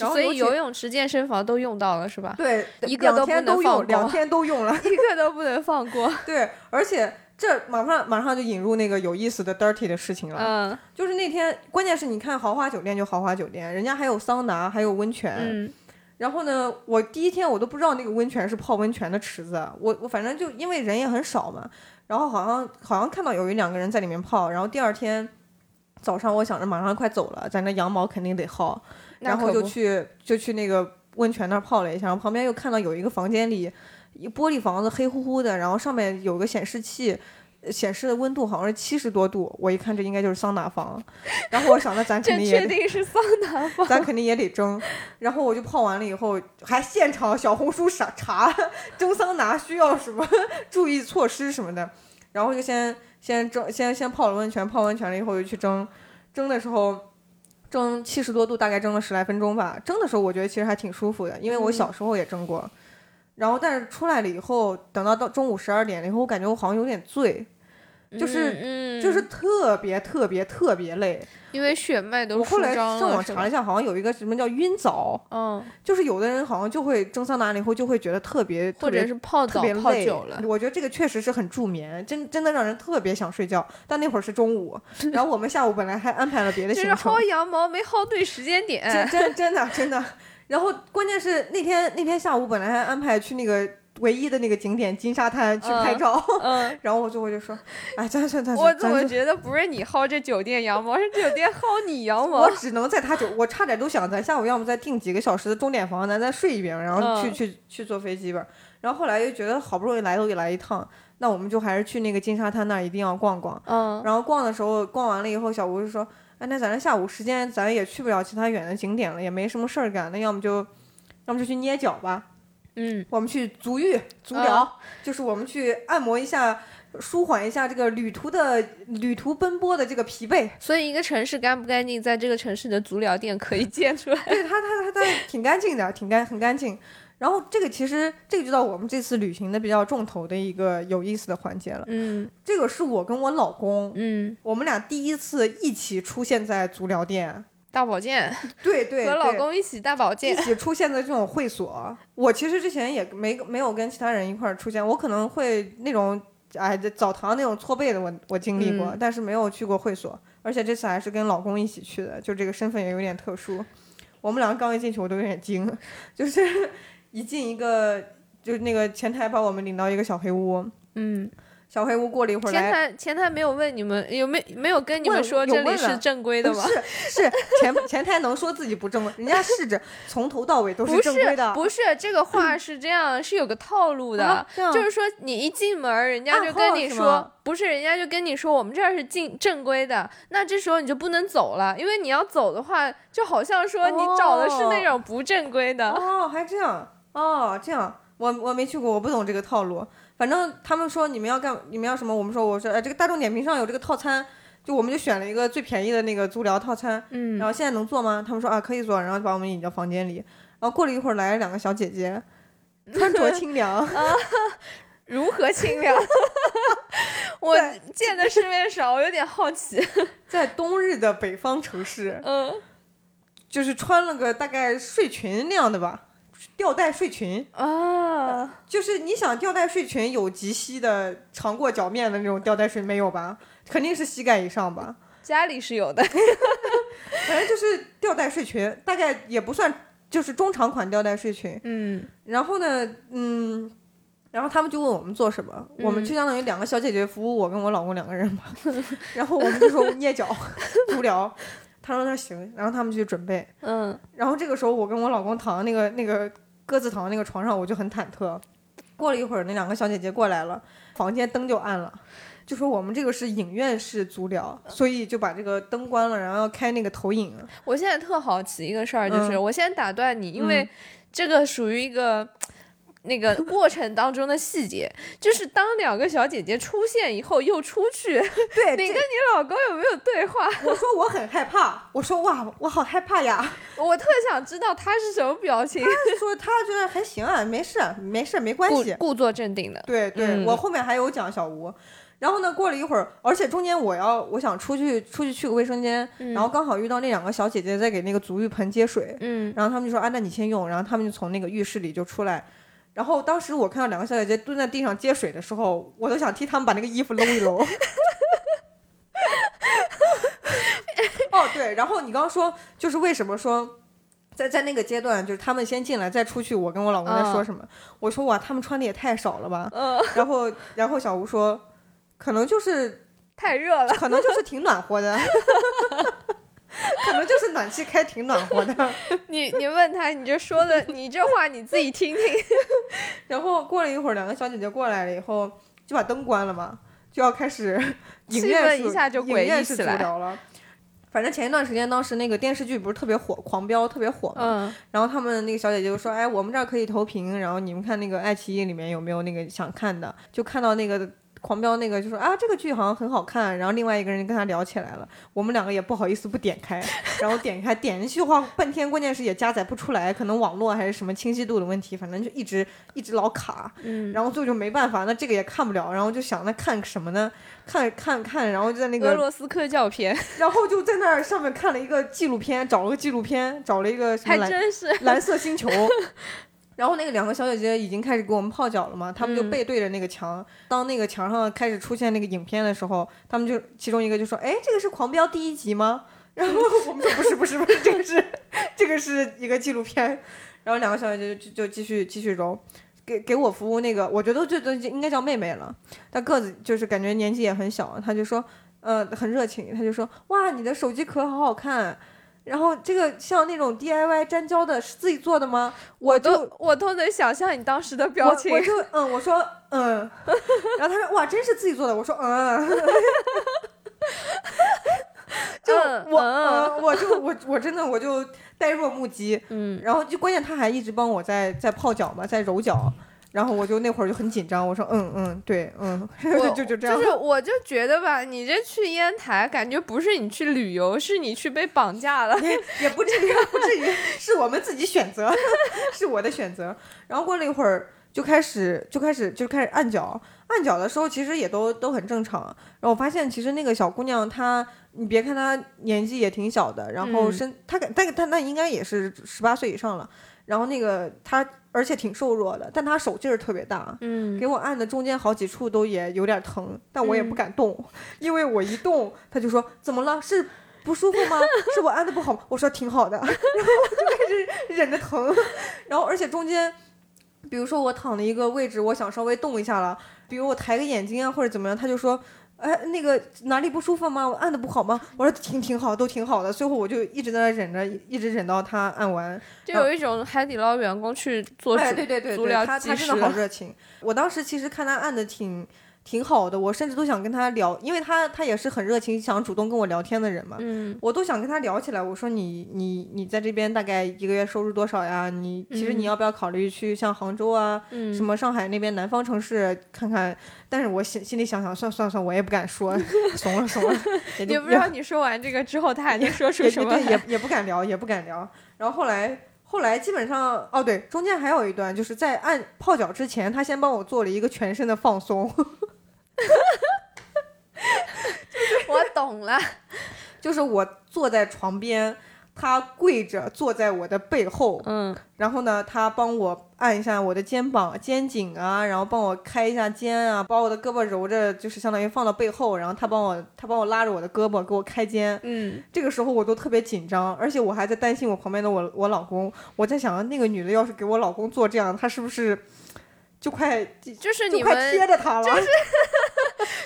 [SPEAKER 2] 然后
[SPEAKER 1] 所以
[SPEAKER 2] 尤其
[SPEAKER 1] 游泳池、健身房都用到了是吧？
[SPEAKER 2] 对，
[SPEAKER 1] 一个
[SPEAKER 2] 两
[SPEAKER 1] 都不
[SPEAKER 2] 天
[SPEAKER 1] 能放
[SPEAKER 2] 用，两
[SPEAKER 1] 过
[SPEAKER 2] 天都用了。
[SPEAKER 1] 一个都不能放过。
[SPEAKER 2] 对，而且这马上马上就引入那个有意思的 dirty 的事情了，
[SPEAKER 1] 嗯
[SPEAKER 2] 就是那天关键是你看豪华酒店就豪华酒店，人家还有桑拿，还有温泉。
[SPEAKER 1] 嗯
[SPEAKER 2] 然后呢，我第一天我都不知道那个温泉是泡温泉的池子，我我反正就因为人也很少嘛，然后好像好像看到有一两个人在里面泡，然后第二天。早上我想着马上快走了，咱这羊毛肯定得薅，
[SPEAKER 1] 那
[SPEAKER 2] 然后
[SPEAKER 1] 可
[SPEAKER 2] 就
[SPEAKER 1] 不
[SPEAKER 2] 去就去那个温泉那儿泡了一下，然后旁边又看到有一个房间里，一玻璃房子黑乎乎的，然后上面有个显示器，呃显示的温度好像是七十多度，我一看这应该就是桑拿房，然后我想那咱肯
[SPEAKER 1] 这
[SPEAKER 2] 定也
[SPEAKER 1] 确
[SPEAKER 2] 得。
[SPEAKER 1] 定是桑拿 房。
[SPEAKER 2] 咱肯定也得蒸，然后我就泡完了以后，还现场小红书查查蒸桑拿需要什么注意措施什么的，然后就先先蒸，先先泡了温泉，泡完温泉了以后就去蒸，蒸的时候蒸七十多度，大概蒸了十来分钟吧。蒸的时候我觉得其实还挺舒服的，因为我
[SPEAKER 1] 嗯
[SPEAKER 2] 小时候也蒸过。然后但是出来了以后，等到到中午十二点了以后，我感觉我好像有点醉，就是
[SPEAKER 1] 嗯，嗯
[SPEAKER 2] 就是特别特别特别累。
[SPEAKER 1] 因为血脉都
[SPEAKER 2] 我后
[SPEAKER 1] 舒
[SPEAKER 2] 来
[SPEAKER 1] 张
[SPEAKER 2] 上
[SPEAKER 1] 了，
[SPEAKER 2] 网
[SPEAKER 1] 是
[SPEAKER 2] 查了
[SPEAKER 1] 吧
[SPEAKER 2] 一下，好像有一个什么叫晕早。
[SPEAKER 1] 嗯，
[SPEAKER 2] 就是有的人好像就会蒸桑拿了以后就会觉得特别
[SPEAKER 1] 或者是泡
[SPEAKER 2] 特
[SPEAKER 1] 澡
[SPEAKER 2] 别特别
[SPEAKER 1] 泡
[SPEAKER 2] 累
[SPEAKER 1] 久了，
[SPEAKER 2] 我觉得这个确实是很助眠，真真的让人特别想睡觉。但那会儿是 中午，然后我们下午本来还安排了别的
[SPEAKER 1] 就是
[SPEAKER 2] 行程
[SPEAKER 1] 薅，羊毛没薅对时间
[SPEAKER 2] 真
[SPEAKER 1] 点。
[SPEAKER 2] 真真的真的。然后关键是那天那天下午本来还安排去那个唯一的那个景点金沙滩去拍
[SPEAKER 1] 嗯
[SPEAKER 2] 照，
[SPEAKER 1] 嗯，
[SPEAKER 2] 然后我最后就说，哎，咱咱咱
[SPEAKER 1] 我
[SPEAKER 2] 咱
[SPEAKER 1] 怎
[SPEAKER 2] 咱
[SPEAKER 1] 么
[SPEAKER 2] 就
[SPEAKER 1] 觉得不是你薅这酒店羊毛，是酒店薅你羊毛
[SPEAKER 2] 我？只能在他酒，我差点都想咱下午要么再订几个小时的钟点房，咱再睡一遍，然后去、
[SPEAKER 1] 嗯
[SPEAKER 2] 去去坐飞机吧。然后后来又觉得好不容易来都来一趟，那我们就还是去那个金沙滩那儿一定要逛逛。
[SPEAKER 1] 嗯，
[SPEAKER 2] 然后逛的时候，逛完了以后，小吴就说：“哎，那咱这下午时间咱也去不了其他远的景点了，也没什么事儿干，那要么就，要么就去捏脚吧。
[SPEAKER 1] 嗯，
[SPEAKER 2] 我们去足浴、足疗，就是我们去按摩一下，舒缓一下这个旅途的旅途奔波的这个疲惫。”
[SPEAKER 1] 所以一个城市干不干净，在这个城市的足疗店可 以见出来。
[SPEAKER 2] 对他，他他他挺干净的，挺干很干净。然后这个其实这个就到我们这次旅行的比较重头的一个有意思的环节了。
[SPEAKER 1] 嗯
[SPEAKER 2] 这个是我跟我老公，
[SPEAKER 1] 嗯，
[SPEAKER 2] 我们俩第一次一起出现在足疗店，
[SPEAKER 1] 大保健
[SPEAKER 2] 对对，
[SPEAKER 1] 和老
[SPEAKER 2] 对
[SPEAKER 1] 公一起大保
[SPEAKER 2] 一
[SPEAKER 1] 健。
[SPEAKER 2] 起出现在这种会所。我其实之前也没没有跟其他人一块儿出现，我可能会那种哎澡堂那种搓背的我，我经历过，
[SPEAKER 1] 嗯
[SPEAKER 2] 但是没有去过会所。而且这次还是跟老公一起去的，就这个身份也有点特殊。我们两个刚一进去，我都有点惊， 就是一进一个，就是那个前台把我们领到一个小黑屋，
[SPEAKER 1] 嗯，
[SPEAKER 2] 小黑屋过了一会儿
[SPEAKER 1] 前
[SPEAKER 2] 来。
[SPEAKER 1] 台前台没有问你们有没没有跟你
[SPEAKER 2] 问
[SPEAKER 1] 们说
[SPEAKER 2] 有
[SPEAKER 1] 这里
[SPEAKER 2] 问
[SPEAKER 1] 是
[SPEAKER 2] 了
[SPEAKER 1] 正规的
[SPEAKER 2] 不
[SPEAKER 1] 吗？
[SPEAKER 2] 是是前前台能说自己不正规，人家试着从头到尾都
[SPEAKER 1] 不
[SPEAKER 2] 正规的，
[SPEAKER 1] 不是这个话是这样，是有个套路的。
[SPEAKER 2] 啊这样
[SPEAKER 1] 就是说，你一进门儿，人家
[SPEAKER 2] 暗
[SPEAKER 1] 就
[SPEAKER 2] 号
[SPEAKER 1] 跟你
[SPEAKER 2] 是
[SPEAKER 1] 说，
[SPEAKER 2] 吗
[SPEAKER 1] 不是，人家就跟你说，我们这儿是进正规的。那这时候你就不能走了，因为你要走的话，就好像说你找的是那
[SPEAKER 2] 哦
[SPEAKER 1] 种不正规的。
[SPEAKER 2] 哦，还这样哦，这样我我没去过，我不懂这个套路。反正他们说你们要干，你们要什么，我们说我说哎，这个大众点评上有这个套餐，就我们就选了一个最便宜的那个足疗套餐。
[SPEAKER 1] 嗯
[SPEAKER 2] 然后现在能做吗？他们说啊可以做，然后就把我们引到房间里。然后过了一会儿来了两个小姐姐，穿着清凉，
[SPEAKER 1] 如何清凉？ 我见的世面少，我有点好奇。
[SPEAKER 2] 在冬日的北方城市，
[SPEAKER 1] 嗯
[SPEAKER 2] 就是穿了个大概睡裙那样的吧，吊带睡裙。
[SPEAKER 1] 啊，
[SPEAKER 2] 就是你想吊带睡裙有及膝的长过脚面的那种吊带睡没有吧？肯定是膝盖以上吧。
[SPEAKER 1] 家里是有的。
[SPEAKER 2] 反正就是吊带睡裙，大概也不算就是中长款吊带睡裙。
[SPEAKER 1] 嗯
[SPEAKER 2] 然后呢，嗯，然后他们就问我们做什么，
[SPEAKER 1] 嗯
[SPEAKER 2] 我们就相当于两个小姐姐服务我跟我老公两 个人吧。然后我们就说捏脚、 足疗。他说那行，然后他们就准备。
[SPEAKER 1] 嗯，
[SPEAKER 2] 然后这个时候，我跟我老公躺在那个那个鸽子躺在那个床上，我就很忐忑。过了一会儿，那两个小姐姐过来了，房间灯就暗了，就说我们这个是影院式足疗，所以就把这个灯关了，然后要开那个投影。
[SPEAKER 1] 我现在特好奇一个事儿，就是、我先打断你，因为
[SPEAKER 2] 嗯
[SPEAKER 1] 这个属于一个。那 个过程当中的细节，就是当两个小姐姐出现以后又出去，你 跟
[SPEAKER 2] 对，
[SPEAKER 1] 你老公有没有对话？
[SPEAKER 2] 这我说我很害怕，我说哇，我好害怕呀。
[SPEAKER 1] 我特想知道他是什么表情。
[SPEAKER 2] 他说他觉得还行啊，没事，没事，没关
[SPEAKER 1] 故
[SPEAKER 2] 系。
[SPEAKER 1] 故作镇定的，
[SPEAKER 2] 对对，
[SPEAKER 1] 嗯
[SPEAKER 2] 我后面还有讲小吴。然后呢，过了一会儿，而且中间我要我想出去出去去个卫生间，
[SPEAKER 1] 嗯
[SPEAKER 2] 然后刚好遇到那两个小姐姐在给那个足浴盆接水，
[SPEAKER 1] 嗯
[SPEAKER 2] 然后他们就说啊，那你先用，然后他们就从那个浴室里就出来。然后当时我看到两个小姐姐蹲在地上接水的时候，我都想替他们把那个衣服搂一搂。哦，对，然后你刚刚说就是为什么说在在那个阶段，就是他们先进来再出去，我跟我老公在说什么？我说哇，他们穿的也太少了吧。
[SPEAKER 1] 嗯、
[SPEAKER 2] 然后然后小吴说，可能就是
[SPEAKER 1] 太热 了。
[SPEAKER 2] 可能就是挺暖和的， 可能就是暖气开挺暖和的。
[SPEAKER 1] 你你问他，你这说的，你这话你自己听 听。
[SPEAKER 2] 然后过了一会儿，两个小姐姐过来了以后，就把灯关了嘛，就要开始 影
[SPEAKER 1] 气
[SPEAKER 2] 院
[SPEAKER 1] 氛
[SPEAKER 2] 式
[SPEAKER 1] 一下就
[SPEAKER 2] 影
[SPEAKER 1] 诡
[SPEAKER 2] 院
[SPEAKER 1] 异
[SPEAKER 2] 式
[SPEAKER 1] 起
[SPEAKER 2] 足
[SPEAKER 1] 来
[SPEAKER 2] 疗了。反正前一段时间，当时那个电视剧不是特别火，《狂飙》特别火嘛。
[SPEAKER 1] 嗯
[SPEAKER 2] 然后他们那个小姐姐就说：“哎，我们这儿可以投屏，然后你们看那个爱奇艺里面有没有那个想看的？”就看到那个《狂飙》那个，就说：“啊，这个剧好像很好看。”然后另外一个人跟他聊起来了，我们两个也不好意思不点开，然后点开点进去的话，半天关键是也加载不出来，可能网络还是什么清晰度的问题，反正就一直一直老卡。
[SPEAKER 1] 嗯，
[SPEAKER 2] 然后最后就没办法，那这个也看不了，然后就想那看什么呢？看看看，然后就在那
[SPEAKER 1] 嗯俄
[SPEAKER 2] 个，
[SPEAKER 1] 罗斯科教片，
[SPEAKER 2] 然后就在那儿上面看了一个纪录片，找了个纪录片，找了一个什么
[SPEAKER 1] 还
[SPEAKER 2] 蓝
[SPEAKER 1] 真是。
[SPEAKER 2] 蓝色星球。然后那个两个小姐姐已经开始给我们泡脚了嘛，她们就
[SPEAKER 1] 嗯
[SPEAKER 2] 背对着那个墙。当那个墙上开始出现那个影片的时候，她们就其中一个就说：“哎，这个是《狂飙》第一集吗？”然后我们说：“不是，不是，不是，这个是这个是一个纪录片。”然后两个小姐姐就就就继续继续揉，给给我服务那个，我觉得这都应该叫妹妹了，但个子就是感觉年纪也很小，她就说：“呃，很热情。”她就说：“哇，你的手机壳好好看。”然后这个像那种 DIY 粘胶的是自己做的吗？我就
[SPEAKER 1] 都我都能想象你当时的表情
[SPEAKER 2] 我我，就嗯，我说嗯， 然后他说哇，真是自己做的，我说嗯， 就
[SPEAKER 1] 嗯
[SPEAKER 2] 我、
[SPEAKER 1] 嗯
[SPEAKER 2] 嗯我就我我真的我就呆若木鸡，
[SPEAKER 1] 嗯，
[SPEAKER 2] 然后就关键他还一直帮我在在泡脚嘛，在揉脚，然后我就那会儿就很紧张，我说嗯嗯对嗯，
[SPEAKER 1] 我
[SPEAKER 2] 就就就这样，
[SPEAKER 1] 就是我就觉得吧，你这去烟台，感觉不是你去旅游，是你去被绑架了。
[SPEAKER 2] 也不至于，不至于，是我们自己选择， 是我的选择。然后过了一会儿，就开始，就开始，就开始按脚。按脚的时候，其实也都都很正常。然后我发现，其实那个小姑娘她，你别看她年纪也挺小的，然后
[SPEAKER 1] 嗯
[SPEAKER 2] 身、她感，但但那应该也是十八岁以上了。然后那个她，而且挺瘦弱的，但她手劲儿特别大。
[SPEAKER 1] 嗯嗯
[SPEAKER 2] 给我按的中间好几处都也有点疼，但我也不敢动，因为我一动他就说怎么了？是不舒服吗？是我按的不好吗？我说挺好的，然后就开始忍着疼， 然后而且中间，比如说我躺的一个位置，我想稍微动一下了，比如我抬个眼睛啊或者怎么样，他就说。哎，那个哪里不舒服吗？我按的不好吗？我说挺挺好，都挺好的。最后我就一直在那忍着，一直忍到他按完。
[SPEAKER 1] 就有一种海底捞员工去做主
[SPEAKER 2] 嗯哎，对对对
[SPEAKER 1] 足
[SPEAKER 2] 对，
[SPEAKER 1] 疗
[SPEAKER 2] 他
[SPEAKER 1] 技
[SPEAKER 2] 他真的
[SPEAKER 1] 师
[SPEAKER 2] 好热情。我当时其实看他按的挺挺好的，我甚至都想跟他聊，因为他他也是很热情，想主动跟我聊天的人嘛。
[SPEAKER 1] 嗯，
[SPEAKER 2] 我都想跟他聊起来。我说你你你在这边大概一个月收入多少呀？你其实你
[SPEAKER 1] 嗯
[SPEAKER 2] 要不要考虑去像杭州啊，
[SPEAKER 1] 嗯
[SPEAKER 2] 什么上海那边南方城市看看？但是我心心里想想，算算算，我也不敢说， 怂 了怂了，也
[SPEAKER 1] 也
[SPEAKER 2] 就
[SPEAKER 1] 不知道你说完这个之后，他还能说出
[SPEAKER 2] 也
[SPEAKER 1] 什
[SPEAKER 2] 也
[SPEAKER 1] 么
[SPEAKER 2] 对，也也不敢聊，也不敢聊。然后后来后来基本上哦对，中间还有一段就是在按泡脚之前，他先帮我做了一个全身的放松，
[SPEAKER 1] 我懂了，
[SPEAKER 2] 就是我坐在床边，他跪着坐在我的背后，
[SPEAKER 1] 嗯，
[SPEAKER 2] 然后呢，他帮我按一下我的肩膀、肩颈啊，然后帮我开一下肩啊，把我的胳膊揉着，就是相当于放到背后，然后他帮我，他帮我拉着我的胳膊给我开肩。
[SPEAKER 1] 嗯，
[SPEAKER 2] 这个时候我都特别紧张，而且我还在担心我旁边的我我老公，我在想那个女的要是给我老公做这样，她是不是就快就
[SPEAKER 1] 就是你
[SPEAKER 2] 快
[SPEAKER 1] 们
[SPEAKER 2] 贴着他了？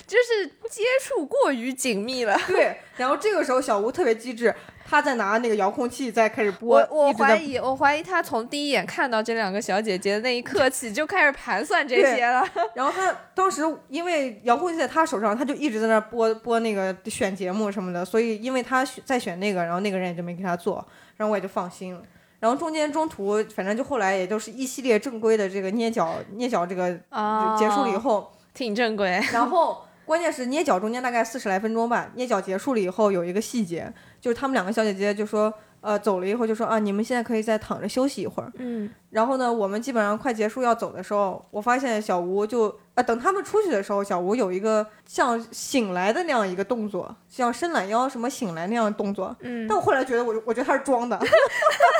[SPEAKER 1] 就是接触过于紧密了。
[SPEAKER 2] 对。然后这个时候小吴特别机智，他在拿那个遥控器在开始播，
[SPEAKER 1] 我我
[SPEAKER 2] 一直在
[SPEAKER 1] 怀疑，我怀疑他从第一眼看到这两个小姐姐的那一刻起，就开始盘算这些了。
[SPEAKER 2] 然后他当时因为遥控器在他手上，他就一直在那儿播播那个选节目什么的，所以因为他选在选那个，然后那个人也就没给他做，然后我也就放心了。然后中间中途，反正就后来也就是一系列正规的这个捏脚捏脚这个
[SPEAKER 1] 啊
[SPEAKER 2] 就结束了以后，
[SPEAKER 1] 挺正规，
[SPEAKER 2] 然后关键是捏脚中间大概四十来分钟吧，捏脚结束了以后有一个细节，就是他们两个小姐姐就说，呃，走了以后就说啊，你们现在可以再躺着休息一会儿。
[SPEAKER 1] 嗯，
[SPEAKER 2] 然后呢，我们基本上快结束要走的时候，我发现小吴就呃，等他们出去的时候，小吴有一个像醒来的那样一个动作，像伸懒腰什么醒来那样的动作。
[SPEAKER 1] 嗯
[SPEAKER 2] 但我后来觉得我，我觉得他是装的，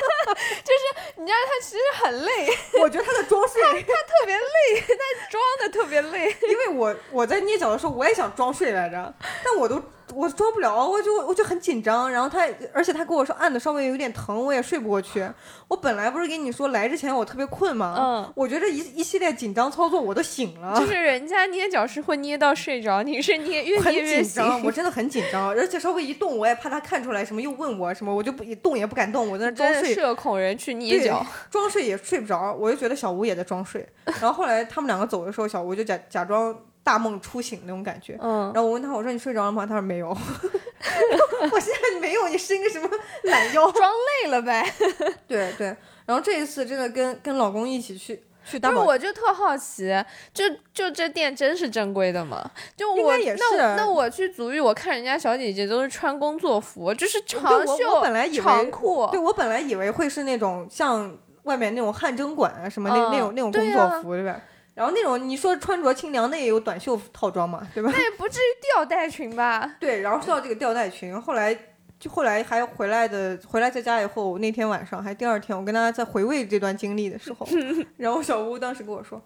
[SPEAKER 1] 你知道他其实很累，
[SPEAKER 2] 我觉得他在装睡，
[SPEAKER 1] 特别累， 他装的特别累。
[SPEAKER 2] 因为我我在捏脚的时候，我也想装睡来着，但我都我装不了，我就我就很紧张。然后他，而且他跟我说按的稍微有点疼，我也睡不过去。我本来不是跟你说来之前我特别困吗？
[SPEAKER 1] 嗯，
[SPEAKER 2] 我觉得一一系列紧张操作我都 醒 了，
[SPEAKER 1] 就是人家捏脚是会捏到睡着，你是捏越
[SPEAKER 2] 很
[SPEAKER 1] 捏越
[SPEAKER 2] 紧
[SPEAKER 1] 醒。
[SPEAKER 2] 张，我真的很紧张，而且稍微一动我也怕他看出来什么，又问我什么，我就不一动也不敢动，我在那装
[SPEAKER 1] 真的
[SPEAKER 2] 睡，
[SPEAKER 1] 社恐人去捏
[SPEAKER 2] 对
[SPEAKER 1] 脚，
[SPEAKER 2] 装睡也睡不着，我就觉得小吴也在装 睡。然后后来他们两个走的时候，小吴就假假装大梦初醒那种感觉。
[SPEAKER 1] 嗯，
[SPEAKER 2] 然后我问他，我说你睡着了吗？他说没有。 我现在没有，你伸个什么 懒腰？
[SPEAKER 1] 装累了呗。
[SPEAKER 2] 对对。然后这一次真的跟跟老公一起去去
[SPEAKER 1] 不
[SPEAKER 2] 大
[SPEAKER 1] 是，
[SPEAKER 2] 宝，
[SPEAKER 1] 我就特好奇，就就这店真是正规的吗？就
[SPEAKER 2] 应
[SPEAKER 1] 我
[SPEAKER 2] 该也是啊
[SPEAKER 1] 那我那我去足浴，我看人家小姐姐都是穿工作服，就是
[SPEAKER 2] 对
[SPEAKER 1] 长
[SPEAKER 2] 我
[SPEAKER 1] 袖
[SPEAKER 2] 我本来以为
[SPEAKER 1] 长裤
[SPEAKER 2] 对，我本来以为会是那种像外面那种汗蒸馆啊什么那、那种
[SPEAKER 1] 嗯
[SPEAKER 2] 那种
[SPEAKER 1] 对
[SPEAKER 2] 工作
[SPEAKER 1] 啊
[SPEAKER 2] 服对吧？然后那种你说穿着清凉，那也有短袖套装嘛，对吧？
[SPEAKER 1] 那也不至于吊带裙吧？
[SPEAKER 2] 对，然后说到这个吊带裙，后来就后来还回来的，回来在家以后，那天晚上还第二天，我跟他在回味这段经历的 时候，然后小吴当时跟我说：“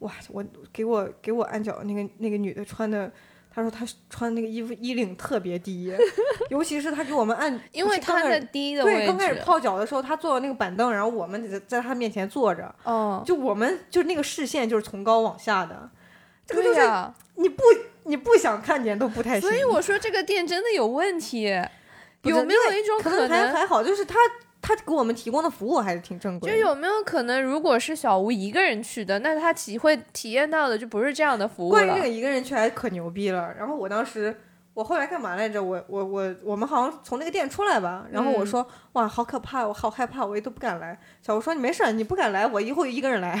[SPEAKER 2] 哇，我给我给我按脚那个那个女的穿的。”他说他穿那个衣服衣领特别低， 尤其是他给我们按，
[SPEAKER 1] 因为
[SPEAKER 2] 刚
[SPEAKER 1] 她
[SPEAKER 2] 开
[SPEAKER 1] 在
[SPEAKER 2] 始
[SPEAKER 1] 低的
[SPEAKER 2] 对
[SPEAKER 1] 位
[SPEAKER 2] 刚开始
[SPEAKER 1] 置，
[SPEAKER 2] 泡脚的时候，他坐到那个板凳，然后我们在在他面前坐着，
[SPEAKER 1] 哦，
[SPEAKER 2] 就我们就那个视线就是从高往下的，这个
[SPEAKER 1] 对
[SPEAKER 2] 就是
[SPEAKER 1] 呀、
[SPEAKER 2] 你不你不想看见都不太行。
[SPEAKER 1] 所以我说这个店真的有问题，
[SPEAKER 2] 不
[SPEAKER 1] 有
[SPEAKER 2] 是
[SPEAKER 1] 没有一种
[SPEAKER 2] 可能还
[SPEAKER 1] 能？
[SPEAKER 2] 还好，就是他他给我们提供的服务还是挺正规
[SPEAKER 1] 就
[SPEAKER 2] 的。
[SPEAKER 1] 有没有可能，如果是小吴一个人去的，那他体会体验到的就不是这样的服务
[SPEAKER 2] 关于这
[SPEAKER 1] 了
[SPEAKER 2] 个。一个人去还可牛逼了。然后我当时，我后来干嘛来着？我我我我们好像从那个店出来吧，然后我
[SPEAKER 1] 嗯
[SPEAKER 2] 说、哇，好可怕，我好害怕，我也都不敢来。小吴说你没事儿，你不敢来，我以后一个人来，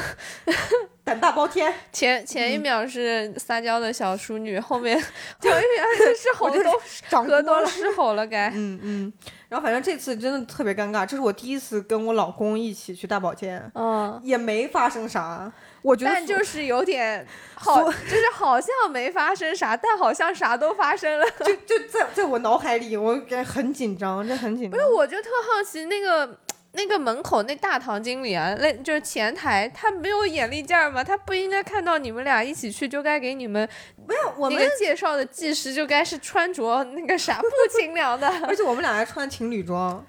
[SPEAKER 2] 胆大包天。
[SPEAKER 1] 前前一秒是撒娇的小淑女，后 面后一秒是吼
[SPEAKER 2] 我哦就是
[SPEAKER 1] 都
[SPEAKER 2] 长
[SPEAKER 1] 河
[SPEAKER 2] 多
[SPEAKER 1] 东
[SPEAKER 2] 了。
[SPEAKER 1] 狮吼了 该。
[SPEAKER 2] 嗯嗯，然后反正这次真的特别尴尬，这是我第一次跟我老公一起去大保健，
[SPEAKER 1] 嗯，
[SPEAKER 2] 也没发生啥，我觉得
[SPEAKER 1] 但
[SPEAKER 2] 所
[SPEAKER 1] 就是有点好，就是好像没发生啥，但好像啥都发生了。
[SPEAKER 2] 就就在在我脑海里，我感觉很紧张，这很紧
[SPEAKER 1] 不
[SPEAKER 2] 张
[SPEAKER 1] 是，。我就特好奇那个那个门口那大堂经理啊，那就是前台，他没有眼力见儿吗？他不应该看到你们俩一起去，就该给你们
[SPEAKER 2] 没有我
[SPEAKER 1] 那
[SPEAKER 2] 们，
[SPEAKER 1] 个介绍的技师就该是穿着那个啥不清凉 的，
[SPEAKER 2] 而且我们俩还穿情侣装，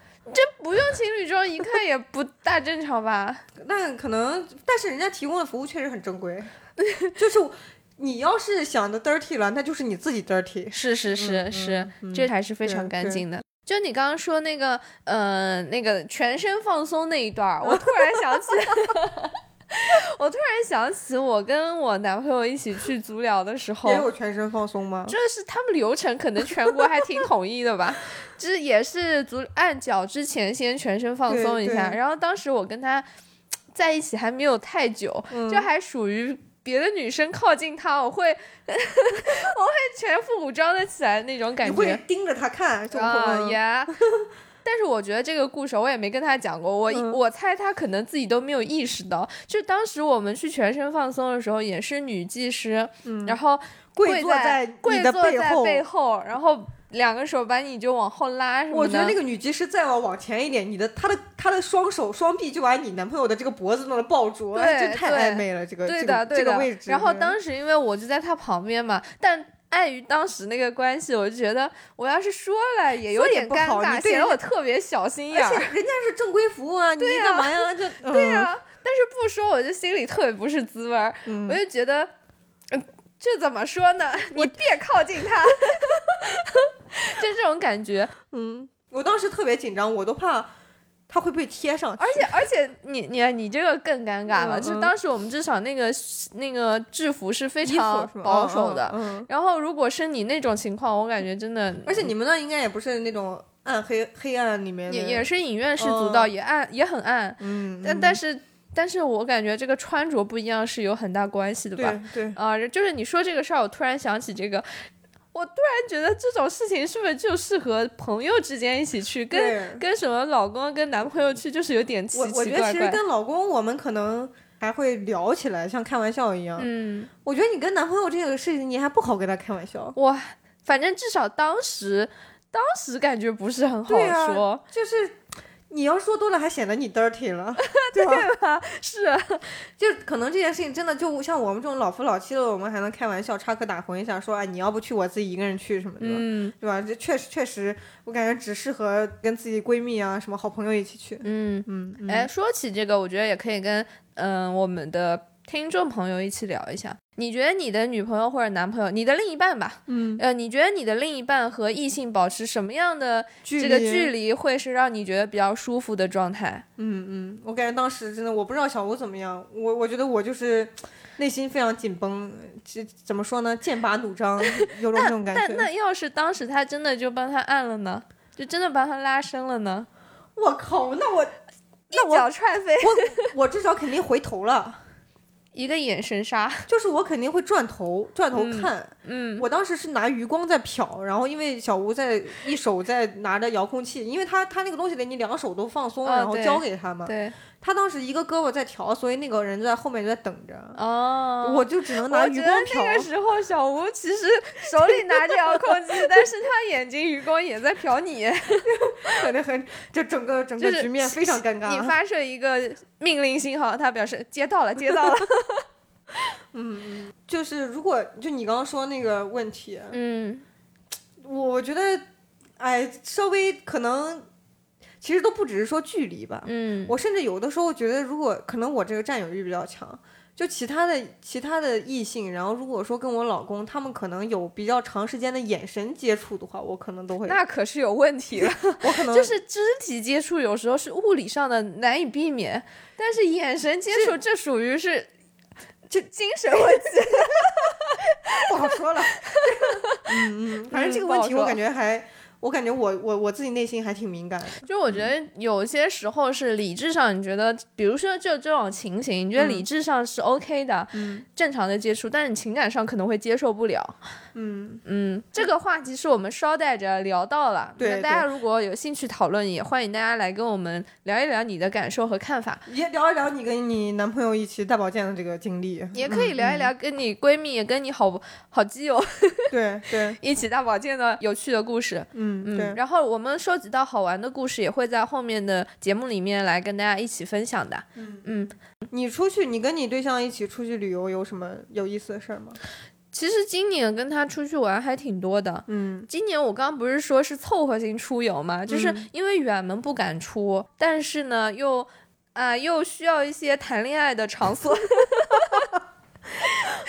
[SPEAKER 1] 不用情侣装，一看也不大正常吧？
[SPEAKER 2] 那可能，但是人家提供的服务确实很正规，就是我你要是想的 dirty 了，那就是你自己 dirty。
[SPEAKER 1] 是是是
[SPEAKER 2] 嗯
[SPEAKER 1] 是，
[SPEAKER 2] 嗯
[SPEAKER 1] 这还是非常
[SPEAKER 2] 对
[SPEAKER 1] 干
[SPEAKER 2] 对
[SPEAKER 1] 净的。就你刚刚说那个，呃，那个全身放松那一段儿，我突然想起， 我突然想起我跟我男朋友一起去足疗的时 候，
[SPEAKER 2] 也有全身放松吗？
[SPEAKER 1] 就是他们流程可能全国还挺统一的吧， 就是也是足按脚之前先全身放松一下，
[SPEAKER 2] 对对
[SPEAKER 1] 然后当时我跟他在一起还没有太久，
[SPEAKER 2] 嗯
[SPEAKER 1] 就还属于。别的女生靠近他，我会， 我会全副武装的起来那种
[SPEAKER 2] 你
[SPEAKER 1] 感
[SPEAKER 2] 会
[SPEAKER 1] 觉
[SPEAKER 2] 盯着他看，就
[SPEAKER 1] 啊
[SPEAKER 2] 会
[SPEAKER 1] 呀。 但是我觉得这个故事我也没跟他讲过，我、
[SPEAKER 2] 嗯
[SPEAKER 1] 我猜他可能自己都没有意识到，就当时我们去全身放松的时候，也是女技师，
[SPEAKER 2] 嗯
[SPEAKER 1] 然后
[SPEAKER 2] 跪
[SPEAKER 1] 跪
[SPEAKER 2] 坐在
[SPEAKER 1] 跪
[SPEAKER 2] 你的
[SPEAKER 1] 坐在
[SPEAKER 2] 后。
[SPEAKER 1] 背后，然后两个手把你就往后拉什么的。
[SPEAKER 2] 我觉得那个女技师再往往前一点，你的她的她的双手双臂就把你男朋友的这个脖子弄得抱住，
[SPEAKER 1] 对
[SPEAKER 2] 哎这太
[SPEAKER 1] 对
[SPEAKER 2] 暧昧了，这个
[SPEAKER 1] 对的、
[SPEAKER 2] 这个
[SPEAKER 1] 对
[SPEAKER 2] 这
[SPEAKER 1] 的、
[SPEAKER 2] 个位置。嗯
[SPEAKER 1] 然后
[SPEAKER 2] 对
[SPEAKER 1] 当时因为我就在他旁边嘛，但。碍于当时那个关系，我就觉得我要是说了也有
[SPEAKER 2] 说也
[SPEAKER 1] 点
[SPEAKER 2] 不
[SPEAKER 1] 尴
[SPEAKER 2] 好
[SPEAKER 1] 尬，
[SPEAKER 2] 你对
[SPEAKER 1] 显得
[SPEAKER 2] 人
[SPEAKER 1] 我特别小心眼
[SPEAKER 2] 而且
[SPEAKER 1] 儿。
[SPEAKER 2] 人家是正规服务啊，你
[SPEAKER 1] 对呀
[SPEAKER 2] 干嘛呀？这
[SPEAKER 1] 对
[SPEAKER 2] 对
[SPEAKER 1] 呀、但是不说我就心里特别不是滋味儿，
[SPEAKER 2] 嗯
[SPEAKER 1] 我就觉得，呃这怎么说 呢？你别靠近他，就这种感觉。
[SPEAKER 2] 嗯，我当时特别紧张，我都怕他会被贴上去。
[SPEAKER 1] 而且而且你你你这个更尴尬了，
[SPEAKER 2] 嗯
[SPEAKER 1] 就是
[SPEAKER 2] 嗯
[SPEAKER 1] 当时我们至少那个那个制服是非
[SPEAKER 2] 衣
[SPEAKER 1] 常
[SPEAKER 2] 服是吧
[SPEAKER 1] 保守的。
[SPEAKER 2] 嗯嗯嗯
[SPEAKER 1] 然后如果是你那种情况，我感觉真的，
[SPEAKER 2] 而且你们那应该也不是那种暗黑黑暗里面
[SPEAKER 1] 嗯
[SPEAKER 2] 的，
[SPEAKER 1] 也也是影院式足道，
[SPEAKER 2] 哦
[SPEAKER 1] 也暗也很暗，
[SPEAKER 2] 嗯，
[SPEAKER 1] 但
[SPEAKER 2] 嗯
[SPEAKER 1] 但是但是我感觉这个穿着不一样是有很大关系的吧
[SPEAKER 2] 对？对，
[SPEAKER 1] 啊、就是你说这个事儿，我突然想起这个。我突然觉得这种事情是不是就适合朋友之间一起去，跟
[SPEAKER 2] 对
[SPEAKER 1] 跟什么老公跟男朋友去，就是有点奇
[SPEAKER 2] 我
[SPEAKER 1] 奇
[SPEAKER 2] 我
[SPEAKER 1] 怪怪。
[SPEAKER 2] 觉得其实跟老公我们可能还会聊起来，像开玩笑一样。
[SPEAKER 1] 嗯，
[SPEAKER 2] 我觉得你跟男朋友这个事情，你还不好跟他开玩笑，
[SPEAKER 1] 哇，反正至少当时，当时感觉不是很好
[SPEAKER 2] 对啊
[SPEAKER 1] 说，
[SPEAKER 2] 就是。你要说多了，还显得你 dirty 了，对吧？
[SPEAKER 1] 是啊
[SPEAKER 2] 就可能这件事情真的就像我们这种老夫老妻了，我们还能开玩笑插科打诨一下，说哎，你要不去，我自己一个人去什么的，
[SPEAKER 1] 嗯
[SPEAKER 2] 对吧？这确实确实，我感觉只适合跟自己闺蜜啊、什么好朋友一起去。
[SPEAKER 1] 嗯，
[SPEAKER 2] 嗯，嗯
[SPEAKER 1] 哎，说起这个，我觉得也可以跟嗯、我们的听众朋友一起聊一下。你觉得你的女朋友或者男朋友，你的另一半吧，
[SPEAKER 2] 嗯，
[SPEAKER 1] 呃，你觉得你的另一半和异性保持什么样的这
[SPEAKER 2] 这
[SPEAKER 1] 个距，离，会是让你觉得比较舒服的状态？
[SPEAKER 2] 嗯嗯，我感觉当时真的，我不知道小吴怎么样，我我觉得我就是内心非常紧绷，这怎么说呢？剑拔弩张，有种这种感
[SPEAKER 1] 但
[SPEAKER 2] 觉。
[SPEAKER 1] 那要是当时他真的就帮他按了呢，就真的把他拉伸了呢，
[SPEAKER 2] 我靠，那我那
[SPEAKER 1] 一
[SPEAKER 2] 我
[SPEAKER 1] 脚踹飞，
[SPEAKER 2] 我至少肯定回头了，
[SPEAKER 1] 一个眼神杀，
[SPEAKER 2] 就是我肯定会转头转头
[SPEAKER 1] 嗯
[SPEAKER 2] 看，
[SPEAKER 1] 嗯
[SPEAKER 2] 我当时是拿余光在瞟，然后因为小吴在一手在拿着遥控器，因为他他那个东西得你两手都放松，
[SPEAKER 1] 哦
[SPEAKER 2] 然后
[SPEAKER 1] 对
[SPEAKER 2] 交给他嘛。
[SPEAKER 1] 对，
[SPEAKER 2] 他当时一个胳膊在调，所以那个人就在后面就在等着，
[SPEAKER 1] 哦，
[SPEAKER 2] 我就只能拿
[SPEAKER 1] 我
[SPEAKER 2] 余
[SPEAKER 1] 觉
[SPEAKER 2] 光
[SPEAKER 1] 得那个
[SPEAKER 2] 瞟。
[SPEAKER 1] 时候，小吴其实手里拿着遥控器， 但是他眼睛余光也在瞟 你，
[SPEAKER 2] 可能很，就整个整个
[SPEAKER 1] 就是
[SPEAKER 2] 局面非常尴
[SPEAKER 1] 你
[SPEAKER 2] 尬。
[SPEAKER 1] 发射一个命令信号，他表示接到了，接到了。
[SPEAKER 2] 就是如果就你刚刚说那个问题，
[SPEAKER 1] 嗯，
[SPEAKER 2] 我觉得，哎，稍微可能，其实都不只是说距离吧，
[SPEAKER 1] 嗯，
[SPEAKER 2] 我甚至有的时候觉得，如果可能我这个占有欲比较强，就其他的其他的异性，然后如果说跟我老公他们可能有比较长时间的眼神接触的话，我可能都会，
[SPEAKER 1] 那可是有问题了，
[SPEAKER 2] 我可能
[SPEAKER 1] 就是肢体接触有时候是物理上的难以避免，但是眼神接触这属于是。就精神问题，
[SPEAKER 2] 不好说了。 嗯嗯，反正这个问题
[SPEAKER 1] 嗯不好说
[SPEAKER 2] 我感觉还，我感觉我我我自己内心还挺敏感的。
[SPEAKER 1] 就我觉得有些时候是理智上，你觉得，比如说就这种情形，你觉得理智上是 OK 的，
[SPEAKER 2] 嗯
[SPEAKER 1] 正常的接触，但是你情感上可能会接受不了。
[SPEAKER 2] 嗯，
[SPEAKER 1] 嗯，这个话题是我们捎带着聊到了。
[SPEAKER 2] 对
[SPEAKER 1] 那大家如果有兴趣讨论，也欢迎大家来跟我们聊一聊你的感受和看法，
[SPEAKER 2] 也聊一聊你跟你男朋友一起大保健的这个经历。
[SPEAKER 1] 也可以聊一聊跟你闺蜜、也跟你好好基友
[SPEAKER 2] 对对，
[SPEAKER 1] 一起大保健的有趣的故事。
[SPEAKER 2] 嗯嗯，对，
[SPEAKER 1] 然后我们收集到好玩的故事，也会在后面的节目里面来跟大家一起分享的。嗯，
[SPEAKER 2] 你出去，你跟你对象一起出去旅游有什么有意思的事儿吗？
[SPEAKER 1] 其实今年跟他出去玩还挺多的。
[SPEAKER 2] 嗯
[SPEAKER 1] 今年我刚刚不是说是凑合性出游嘛，就是
[SPEAKER 2] 嗯
[SPEAKER 1] 因为远门不敢出，但是呢又啊、又需要一些谈恋爱的场所，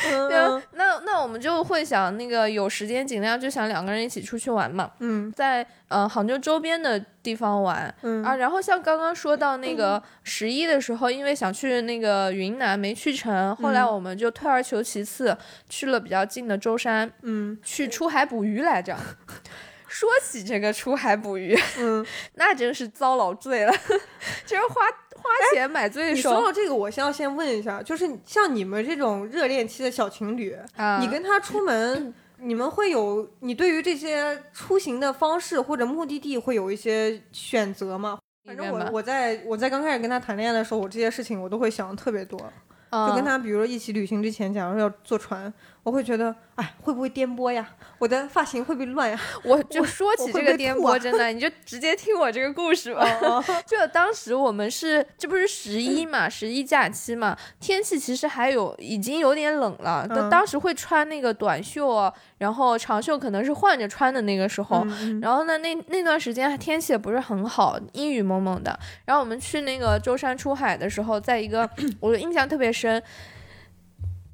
[SPEAKER 1] 对啊
[SPEAKER 2] 嗯
[SPEAKER 1] 那那我们就会想那个有时间尽量就想两个人一起出去玩嘛，
[SPEAKER 2] 嗯
[SPEAKER 1] 在呃杭州周边的地方玩，
[SPEAKER 2] 嗯
[SPEAKER 1] 啊，然后像刚刚说到那个十一的时候，因为想去那个云南没去成，后来
[SPEAKER 2] 嗯
[SPEAKER 1] 我们就退而求其次，去了比较近的舟山，
[SPEAKER 2] 嗯
[SPEAKER 1] 去出海捕鱼来着。 说起这个出海捕鱼，
[SPEAKER 2] 嗯，
[SPEAKER 1] 那真是遭老罪了， 就是花花钱买罪
[SPEAKER 2] 哎你
[SPEAKER 1] 受
[SPEAKER 2] 说到这个，我先要先问一下，就是像你们这种热恋期的小情侣，
[SPEAKER 1] 啊！
[SPEAKER 2] 你跟他出门，你们会有你对于这些出行的方式或者目的地会有一些选择吗？反正我我在我在刚开始跟他谈恋爱的时候，我这些事情我都会想的特别多，
[SPEAKER 1] 我
[SPEAKER 2] 就跟他比如说一起旅行之前，假如说要坐船，我会觉得，哎，会不会颠簸呀？我的发型会不会乱呀？
[SPEAKER 1] 我就说
[SPEAKER 2] 我
[SPEAKER 1] 起
[SPEAKER 2] 会
[SPEAKER 1] 这
[SPEAKER 2] 不
[SPEAKER 1] 个
[SPEAKER 2] 会
[SPEAKER 1] 颠
[SPEAKER 2] 吐啊
[SPEAKER 1] 簸，真的，你就直接听我这个故事吧。 就当时我们是，这不是十
[SPEAKER 2] 嗯
[SPEAKER 1] 一嘛，十一假期嘛，天气其实还有已经有点冷了。当、
[SPEAKER 2] 嗯
[SPEAKER 1] 当时会穿那个短袖啊，然后长袖可能是换着穿的那个时候。
[SPEAKER 2] 嗯
[SPEAKER 1] 然后呢，那那段时间天气也不是很好，阴雨蒙蒙的。然后我们去那个舟山出海的时候，在一 个我的印象特别深。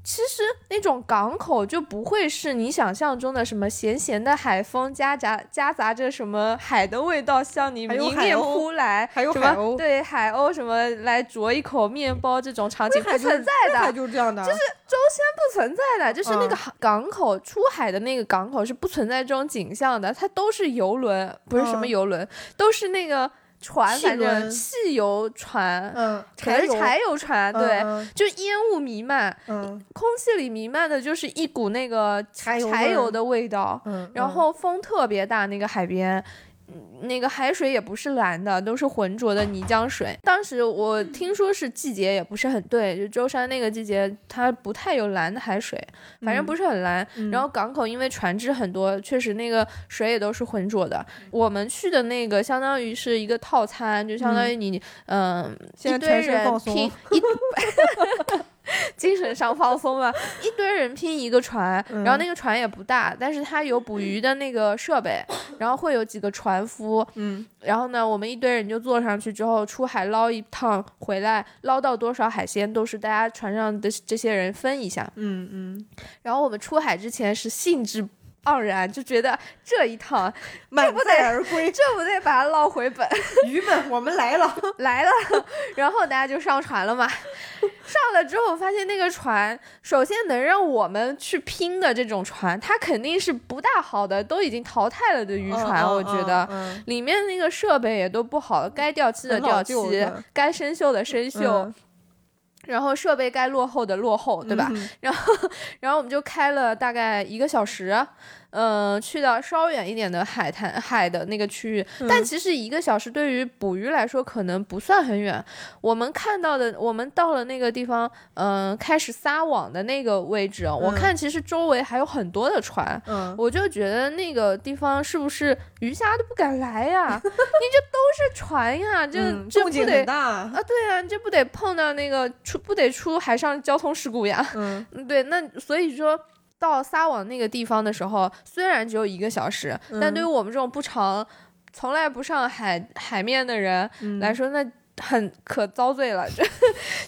[SPEAKER 1] 其实那种港口就不会是你想象中的什么咸咸的海风夹杂夹杂着什么海的味道向你
[SPEAKER 2] 还有
[SPEAKER 1] 迎
[SPEAKER 2] 海
[SPEAKER 1] 面
[SPEAKER 2] 鸥
[SPEAKER 1] 扑来，
[SPEAKER 2] 还有
[SPEAKER 1] 什
[SPEAKER 2] 海
[SPEAKER 1] 么
[SPEAKER 2] 鸥
[SPEAKER 1] 对海鸥什么来啄一口面包这种场景
[SPEAKER 2] 威海
[SPEAKER 1] 不
[SPEAKER 2] 就是
[SPEAKER 1] 存在
[SPEAKER 2] 他
[SPEAKER 1] 的，
[SPEAKER 2] 就是这样的，就是
[SPEAKER 1] 不存在的，就是那个
[SPEAKER 2] 嗯
[SPEAKER 1] 航港口、出海的那个港口是不存在这种景象的，它都是游轮，不是什么
[SPEAKER 2] 嗯
[SPEAKER 1] 游轮，都是那个船，
[SPEAKER 2] 汽
[SPEAKER 1] 反正
[SPEAKER 2] 轮
[SPEAKER 1] 汽油船，
[SPEAKER 2] 嗯，
[SPEAKER 1] 可能是
[SPEAKER 2] 油
[SPEAKER 1] 柴油船，对。
[SPEAKER 2] 嗯
[SPEAKER 1] 就烟雾弥漫，
[SPEAKER 2] 嗯
[SPEAKER 1] 空气里弥漫的就是一股那个
[SPEAKER 2] 柴油味
[SPEAKER 1] 柴
[SPEAKER 2] 儿
[SPEAKER 1] 油的味道，
[SPEAKER 2] 嗯，
[SPEAKER 1] 然后风特别大，那个海边。嗯那个海水也不是蓝的，都是浑浊的泥浆水。当时我听说是季节也不是很对，就舟山那个季节它不太有蓝的海水，反正不是很蓝。
[SPEAKER 2] 嗯
[SPEAKER 1] 然后港口因为船只很多，确实那个水也都是浑浊的。
[SPEAKER 2] 嗯
[SPEAKER 1] 我们去的那个相当于是一个套餐，就相当于你嗯、
[SPEAKER 2] 现
[SPEAKER 1] 一
[SPEAKER 2] 在
[SPEAKER 1] 堆
[SPEAKER 2] 全身
[SPEAKER 1] 人
[SPEAKER 2] 放松
[SPEAKER 1] 拼 一。 精神上放松了，一堆人拼一个船，
[SPEAKER 2] 嗯
[SPEAKER 1] 然后那个船也不大，但是它有捕鱼的那个设备，然后会有几个船夫，
[SPEAKER 2] 嗯
[SPEAKER 1] 然后呢，我们一堆人就坐上去之后出海捞一趟，回来捞到多少海鲜都是大家船上的这些人分一下。
[SPEAKER 2] 嗯嗯，
[SPEAKER 1] 然后我们出海之前是兴致盎然，就觉得这一 趟
[SPEAKER 2] 满载而 归，
[SPEAKER 1] 这不得把它捞回本。
[SPEAKER 2] 鱼们，我们来了，
[SPEAKER 1] 来了，然后大家就上船 了嘛。上了之后，发现那个船，首先能让我们去拼的这种船，它肯定是不大好的，都已经淘汰了的渔船，啊我觉得。
[SPEAKER 2] 嗯
[SPEAKER 1] 里面那个设备也都不好，该掉漆的
[SPEAKER 2] 很
[SPEAKER 1] 掉
[SPEAKER 2] 老
[SPEAKER 1] 漆
[SPEAKER 2] 旧，的
[SPEAKER 1] 该生锈的生锈，
[SPEAKER 2] 嗯
[SPEAKER 1] 然后设备该落后的落后，对吧？
[SPEAKER 2] 嗯
[SPEAKER 1] 然后我们就开了大概一个小时，嗯、去到稍远一点的海滩海的那个区域。
[SPEAKER 2] 嗯
[SPEAKER 1] 但其实一个小时对于捕鱼来说可能不算很远。我们看到的，我们到了那个地方，嗯、开始撒网的那个位置，哦我
[SPEAKER 2] 嗯
[SPEAKER 1] 看其实周围还有很多的船。
[SPEAKER 2] 嗯，
[SPEAKER 1] 我就觉得那个地方是不是鱼虾都不敢来呀？ 你这都是船呀，这、
[SPEAKER 2] 嗯
[SPEAKER 1] 这不
[SPEAKER 2] 动静
[SPEAKER 1] 得
[SPEAKER 2] 很大，
[SPEAKER 1] 啊？对啊，这不得碰到那个出不得出海上交通事故呀？
[SPEAKER 2] 嗯
[SPEAKER 1] 嗯，对，那所以说到撒网那个地方的时候，虽然只有一个小时，但对于我们这种不常、从来不上海海面的人
[SPEAKER 2] 嗯
[SPEAKER 1] 来说，那很可遭罪了。 就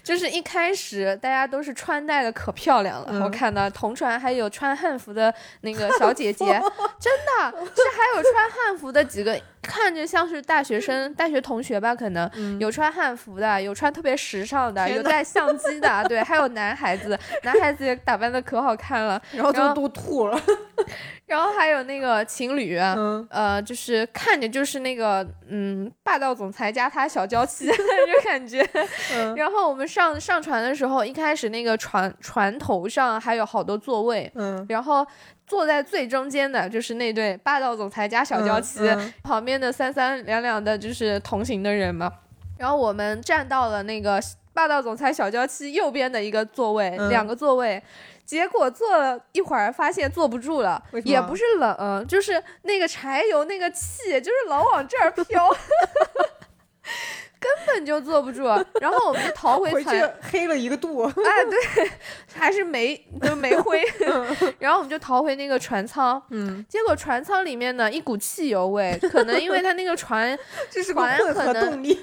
[SPEAKER 1] 就是一开始大家都是穿戴的可漂亮了，我
[SPEAKER 2] 嗯
[SPEAKER 1] 看到同船还有穿汉服的那个小姐姐，真的是还有穿汉服的几个，看着像是大学生、大学同学吧，可能。
[SPEAKER 2] 嗯
[SPEAKER 1] 有穿汉服的，有穿特别时尚的，
[SPEAKER 2] 天
[SPEAKER 1] 有带相机的，对，还有男孩子，男孩子也打扮的可好看了，
[SPEAKER 2] 然后
[SPEAKER 1] 然
[SPEAKER 2] 就
[SPEAKER 1] 后
[SPEAKER 2] 都吐 了，
[SPEAKER 1] 然后还有那个情侣，
[SPEAKER 2] 嗯，
[SPEAKER 1] 呃，就是看着就是那个嗯，霸道总裁加他小娇妻 就感觉。
[SPEAKER 2] 嗯
[SPEAKER 1] 然后我们上上船的时候，一开始那个船船头上还有好多座位，
[SPEAKER 2] 嗯，
[SPEAKER 1] 然后坐在最中间的就是那对霸道总裁加小娇妻，
[SPEAKER 2] 嗯嗯
[SPEAKER 1] 旁边的三三两两的就是同行的人嘛。然后我们站到了那个霸道总裁小娇妻右边的一个座位，
[SPEAKER 2] 嗯
[SPEAKER 1] 两个座位。结果坐了一会儿，发现坐不住了
[SPEAKER 2] 为，什么
[SPEAKER 1] 也不是冷，嗯就是那个柴油那个气，就是老往这儿飘，根本就坐不住。啊然后我们就逃回
[SPEAKER 2] 回去
[SPEAKER 1] 船，
[SPEAKER 2] 黑了一 个度，
[SPEAKER 1] 哎，对，还是煤，就煤 灰。然后我们就逃回那个船舱，
[SPEAKER 2] 嗯，
[SPEAKER 1] 结果船舱里面呢一股汽油味，可能因为它那个船，
[SPEAKER 2] 这是个
[SPEAKER 1] 船
[SPEAKER 2] 混
[SPEAKER 1] 可
[SPEAKER 2] 合
[SPEAKER 1] 能
[SPEAKER 2] 动 力，
[SPEAKER 1] 就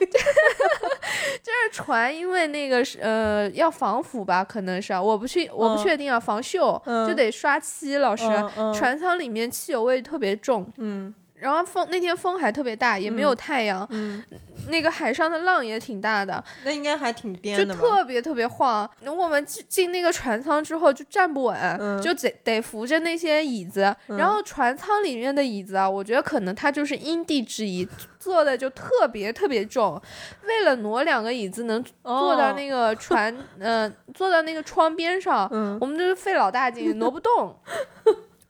[SPEAKER 1] 是船，因为那个是呃要防腐吧，可能是啊，我不去，我不确定啊，防锈、
[SPEAKER 2] 嗯
[SPEAKER 1] 就得刷漆，老师。
[SPEAKER 2] 嗯嗯
[SPEAKER 1] 船舱里面汽油味特别重，
[SPEAKER 2] 嗯
[SPEAKER 1] 然后风那天风还特别大，也没有太阳，
[SPEAKER 2] 嗯，
[SPEAKER 1] 那个海上的浪也挺大的，
[SPEAKER 2] 那应该还挺颠
[SPEAKER 1] 就
[SPEAKER 2] 的吧？
[SPEAKER 1] 特别特别晃。我们进进那个船舱之后就站不稳，
[SPEAKER 2] 嗯
[SPEAKER 1] 就得得扶着那些椅子。
[SPEAKER 2] 嗯
[SPEAKER 1] 然后船舱里面的椅子啊，我觉得可能它就是因地制宜，做的就特别特别重。为了挪两个椅子能坐到
[SPEAKER 2] 哦
[SPEAKER 1] 那个船，嗯、坐到那个窗边上，
[SPEAKER 2] 嗯
[SPEAKER 1] 我们就是费老大劲挪不动。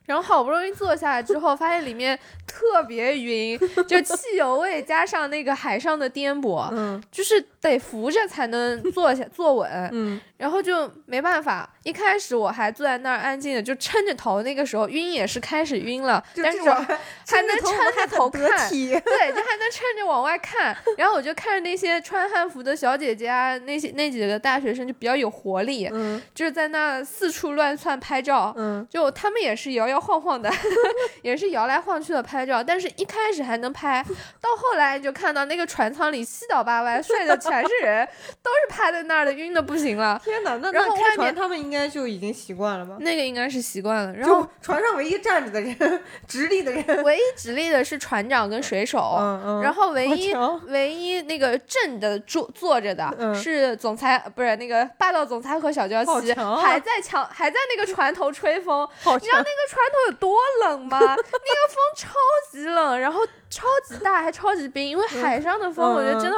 [SPEAKER 1] 然后好不容易坐下来之后，发现里面特别晕，就汽油味加上那个海上的颠簸，
[SPEAKER 2] 嗯
[SPEAKER 1] 就是得扶着才能坐下坐稳，
[SPEAKER 2] 嗯
[SPEAKER 1] 然后就没办法。一开始我还坐在那儿安静的，就撑着头，那个时候晕也是开始晕了，
[SPEAKER 2] 就
[SPEAKER 1] 但是
[SPEAKER 2] 这种
[SPEAKER 1] 还能
[SPEAKER 2] 头
[SPEAKER 1] 撑
[SPEAKER 2] 我们还
[SPEAKER 1] 着头
[SPEAKER 2] 很得
[SPEAKER 1] 看，
[SPEAKER 2] 体，
[SPEAKER 1] 对，就还能撑着往外看。然后我就看着那些穿汉服的小姐姐啊，那些那几个大学生就比较有活力，
[SPEAKER 2] 嗯
[SPEAKER 1] 就是在那四处乱窜拍照。
[SPEAKER 2] 嗯
[SPEAKER 1] 就他们也是摇摇晃晃的， 也是摇来晃去的拍照，但是一开始还能拍，到后来你就看到那个船舱里七倒八歪，睡的全是人，都是趴在那儿的，晕的不行了。
[SPEAKER 2] 天哪，那
[SPEAKER 1] 然后
[SPEAKER 2] 那开
[SPEAKER 1] 外面
[SPEAKER 2] 船他们应该就已经习惯了吧？
[SPEAKER 1] 那个应该是习惯了，然后
[SPEAKER 2] 就船上唯一站着的人，直立的人，
[SPEAKER 1] 唯一直立的是船长跟水手，
[SPEAKER 2] 嗯嗯，
[SPEAKER 1] 哦然后唯
[SPEAKER 2] 好
[SPEAKER 1] 一
[SPEAKER 2] 强
[SPEAKER 1] 唯一那个正的坐坐着的
[SPEAKER 2] 嗯
[SPEAKER 1] 是总裁，呃不是那个霸道总裁和小娇
[SPEAKER 2] 好
[SPEAKER 1] 妻，
[SPEAKER 2] 强啊
[SPEAKER 1] 还在墙还在那个船头吹风，
[SPEAKER 2] 好
[SPEAKER 1] 你知道那
[SPEAKER 2] 强，
[SPEAKER 1] 个船头有多冷 吗？那个风超级冷，然后超级大，还超级冰，因为海上的风，
[SPEAKER 2] 嗯
[SPEAKER 1] 我觉得真的，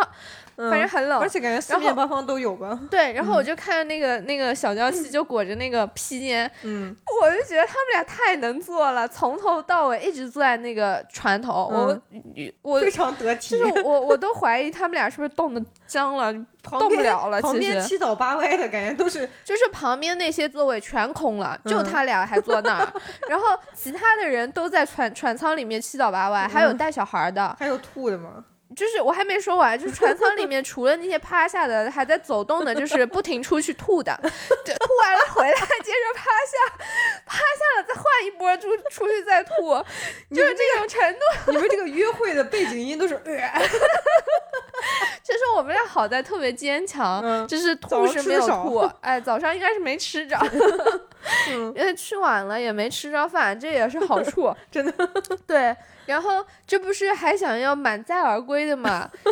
[SPEAKER 2] 嗯
[SPEAKER 1] 反正很冷
[SPEAKER 2] 而。且嗯感觉四
[SPEAKER 1] 然后
[SPEAKER 2] 面八方都有吧？
[SPEAKER 1] 对，然后我就看那个那个小娇妻就裹着那个披肩，
[SPEAKER 2] 嗯
[SPEAKER 1] 我就觉得他们俩太能做了，从头到尾一直坐在那个船头，我我
[SPEAKER 2] 非常得体
[SPEAKER 1] 呃就。 是我我都怀疑他们俩是不是冻得僵了，
[SPEAKER 2] 旁
[SPEAKER 1] 动不
[SPEAKER 2] 边
[SPEAKER 1] 了了。
[SPEAKER 2] 旁
[SPEAKER 1] 其
[SPEAKER 2] 边
[SPEAKER 1] 实
[SPEAKER 2] 七倒八歪的感觉都是，
[SPEAKER 1] 就是旁边那些座位全空了，就
[SPEAKER 2] 嗯
[SPEAKER 1] 他俩还坐那儿， 然后其他的人都在船船舱里面七倒八歪，还有带小孩儿的。
[SPEAKER 2] 还有吐的 嘛。
[SPEAKER 1] 就是我还没说完，就是船舱里 面除了那些趴下的，还在走动的，就是不停出去吐 的，对吐完了回来接着趴下，趴下了再换一波出出去再 吐，就是这种程度。
[SPEAKER 2] 你们这个约会的背景音都是， 呃
[SPEAKER 1] 就是我们俩好在特别坚强，
[SPEAKER 2] 嗯
[SPEAKER 1] 就是吐
[SPEAKER 2] 早上
[SPEAKER 1] 是
[SPEAKER 2] 吃
[SPEAKER 1] 没有
[SPEAKER 2] 少
[SPEAKER 1] 吐，哎，早上应该是没吃着，
[SPEAKER 2] 嗯
[SPEAKER 1] 因为去晚了也没吃着饭，这也是好处，
[SPEAKER 2] 真的。
[SPEAKER 1] 对，然后这不是还想要满载而归的嘛？ 哎，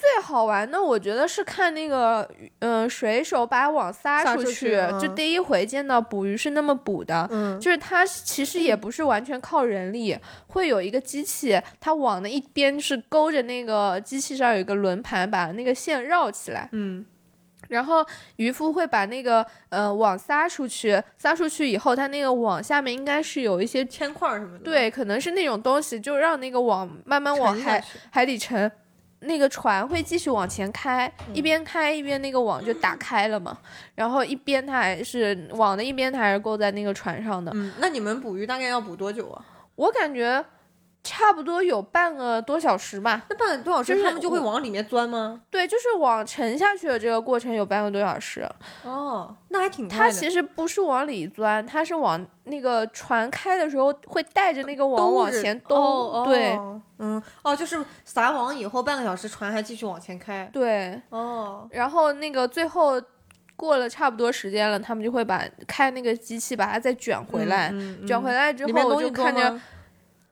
[SPEAKER 1] 最好玩的我觉得是看那个，嗯、水手把网撒
[SPEAKER 2] 撒
[SPEAKER 1] 出
[SPEAKER 2] 出
[SPEAKER 1] 去，
[SPEAKER 2] 去嗯
[SPEAKER 1] 就第一回见到捕鱼是那么捕的。
[SPEAKER 2] 嗯
[SPEAKER 1] 就是它其实也不是完全靠人力，会有一个机器，它网的一边是勾着那个机器上有一个轮盘，把那个线绕起来，
[SPEAKER 2] 嗯
[SPEAKER 1] 然后渔夫会把那个呃网撒出去，撒出去以后，它那个网下面应该是有一些
[SPEAKER 2] 铅块儿什么的，，
[SPEAKER 1] 对，可能是那种东西，就让那个网慢慢往
[SPEAKER 2] 沉下
[SPEAKER 1] 海
[SPEAKER 2] 去。
[SPEAKER 1] 海底沉，那个船会继续往前开，
[SPEAKER 2] 嗯
[SPEAKER 1] 一边开一边那个网就打开了嘛，然后一边它还是网的一边它还是勾在那个船上的，
[SPEAKER 2] 嗯，那你们捕鱼大概要捕多久啊？
[SPEAKER 1] 我感觉差不多有半个多小时吧。
[SPEAKER 2] 那半个多小
[SPEAKER 1] 就
[SPEAKER 2] 时，
[SPEAKER 1] 是
[SPEAKER 2] 他们就会
[SPEAKER 1] 我
[SPEAKER 2] 往里面钻吗？
[SPEAKER 1] 对，就是网沉下去的这个过程有半个多小时。
[SPEAKER 2] 哦，那还挺
[SPEAKER 1] 它
[SPEAKER 2] 快的。
[SPEAKER 1] 其实不是往里钻，它是往那个船开的时候会带着那个网
[SPEAKER 2] 兜
[SPEAKER 1] 往
[SPEAKER 2] 着
[SPEAKER 1] 前兜。
[SPEAKER 2] 哦
[SPEAKER 1] 对
[SPEAKER 2] 哦嗯，哦，就是撒网以后半个小时，船还继续往前开。
[SPEAKER 1] 对，
[SPEAKER 2] 哦，
[SPEAKER 1] 然后那个最后过了差不多时间了，他们就会把开那个机器把它再卷回来。
[SPEAKER 2] 嗯嗯
[SPEAKER 1] 卷回来之
[SPEAKER 2] 里
[SPEAKER 1] 后，
[SPEAKER 2] 面
[SPEAKER 1] 我
[SPEAKER 2] 东
[SPEAKER 1] 就
[SPEAKER 2] 西多
[SPEAKER 1] 看着
[SPEAKER 2] 吗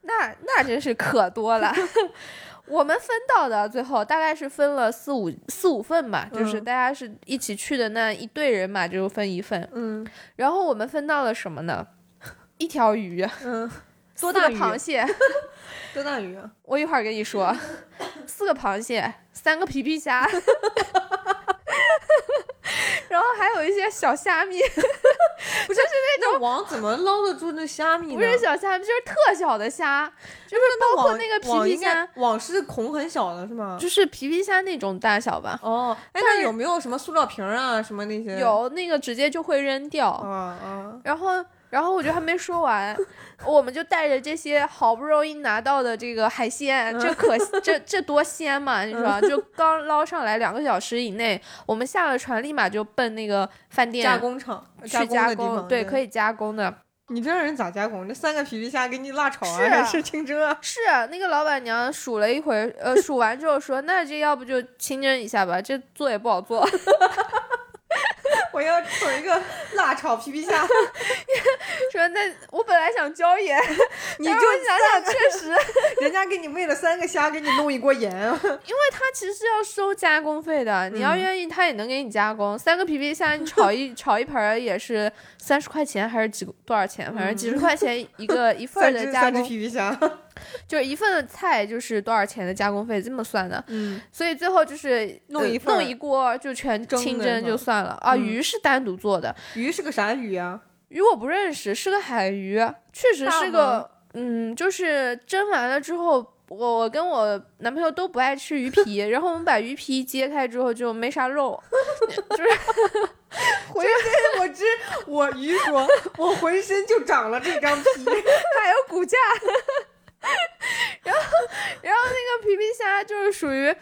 [SPEAKER 1] 那那真是可多了。 我们分到的最后大概是分了四五四五份吧，就是
[SPEAKER 2] 嗯
[SPEAKER 1] 大家是一起去的那一队人嘛，就分一份。
[SPEAKER 2] 嗯
[SPEAKER 1] 然后我们分到了什么呢？ 一条鱼，
[SPEAKER 2] 嗯，
[SPEAKER 1] 多
[SPEAKER 2] 大
[SPEAKER 1] 个
[SPEAKER 2] 鱼
[SPEAKER 1] 螃蟹，
[SPEAKER 2] 多大鱼啊？
[SPEAKER 1] 我一会儿跟你说，四个螃蟹，三个皮皮虾， 然后还有一些小虾米，
[SPEAKER 2] 不是那网怎么捞得住那虾米呢？
[SPEAKER 1] 不是小虾，就是特小的虾，就是
[SPEAKER 2] 那
[SPEAKER 1] 包括
[SPEAKER 2] 网
[SPEAKER 1] 那个皮
[SPEAKER 2] 网
[SPEAKER 1] 皮
[SPEAKER 2] 应该
[SPEAKER 1] 虾，
[SPEAKER 2] 网是孔很小的是吗？
[SPEAKER 1] 就是皮皮虾那种大小吧。
[SPEAKER 2] 哦，哎，那有没有什么塑料瓶儿啊，什么那些？
[SPEAKER 1] 有那个直接就会扔掉，
[SPEAKER 2] 啊啊，
[SPEAKER 1] 然后，然后我就还没说 完，我们就带着这些好不容易拿到的这个海鲜，
[SPEAKER 2] 嗯
[SPEAKER 1] 这可这这多鲜嘛，你知道？就刚捞上来两个小时以内，我们下了船，立马就奔那个饭店
[SPEAKER 2] 加工厂
[SPEAKER 1] 去加
[SPEAKER 2] 的地方，嗯
[SPEAKER 1] 对，可
[SPEAKER 2] 以。
[SPEAKER 1] 以加工的。
[SPEAKER 2] 你这让人咋加工？这三个皮皮虾给你辣炒啊，
[SPEAKER 1] 是
[SPEAKER 2] 还是清蒸啊？
[SPEAKER 1] 是那个老板娘数了一会儿， 呃，数完之后说：“那这要不就清蒸一下吧，这做也不好做。”
[SPEAKER 2] 我要整一个辣炒皮皮虾，
[SPEAKER 1] 说：“那我本来想椒盐，
[SPEAKER 2] 你
[SPEAKER 1] 但
[SPEAKER 2] 就是
[SPEAKER 1] 我想想，确实
[SPEAKER 2] 人家给你喂了三个虾，给你弄一锅 盐。
[SPEAKER 1] 他其实是要收加工费的，你要
[SPEAKER 2] 嗯
[SPEAKER 1] 愿意，他也能给你加工。三个皮皮虾，你炒 一炒一盆儿也是三十块钱还是几多少钱？反正几十块钱一 个一份儿
[SPEAKER 2] 三
[SPEAKER 1] 的
[SPEAKER 2] 只
[SPEAKER 1] 加
[SPEAKER 2] 嗯三只
[SPEAKER 1] 工，
[SPEAKER 2] 皮皮虾，
[SPEAKER 1] 就是一份的菜就是多少钱的加工费，这么算的。
[SPEAKER 2] 嗯，
[SPEAKER 1] 所以最后就是
[SPEAKER 2] 弄
[SPEAKER 1] 呃
[SPEAKER 2] 一份儿
[SPEAKER 1] 弄一锅就全
[SPEAKER 2] 蒸的
[SPEAKER 1] 清
[SPEAKER 2] 是
[SPEAKER 1] 蒸
[SPEAKER 2] 吗
[SPEAKER 1] 就算了啊。
[SPEAKER 2] 嗯
[SPEAKER 1] 鱼是单独做的，
[SPEAKER 2] 鱼是个啥鱼啊？
[SPEAKER 1] 鱼我不认识，是个海鱼，确实
[SPEAKER 2] 大
[SPEAKER 1] 是
[SPEAKER 2] 吗
[SPEAKER 1] 个嗯，就是蒸完了之后。我我跟我男朋友都不爱吃鱼皮，然后我们把鱼皮揭开之后就没啥 肉，
[SPEAKER 2] 浑身我知，我鱼说，我浑身就长了这张皮。
[SPEAKER 1] 还有骨架。 然后，然后那个皮皮虾就是属于，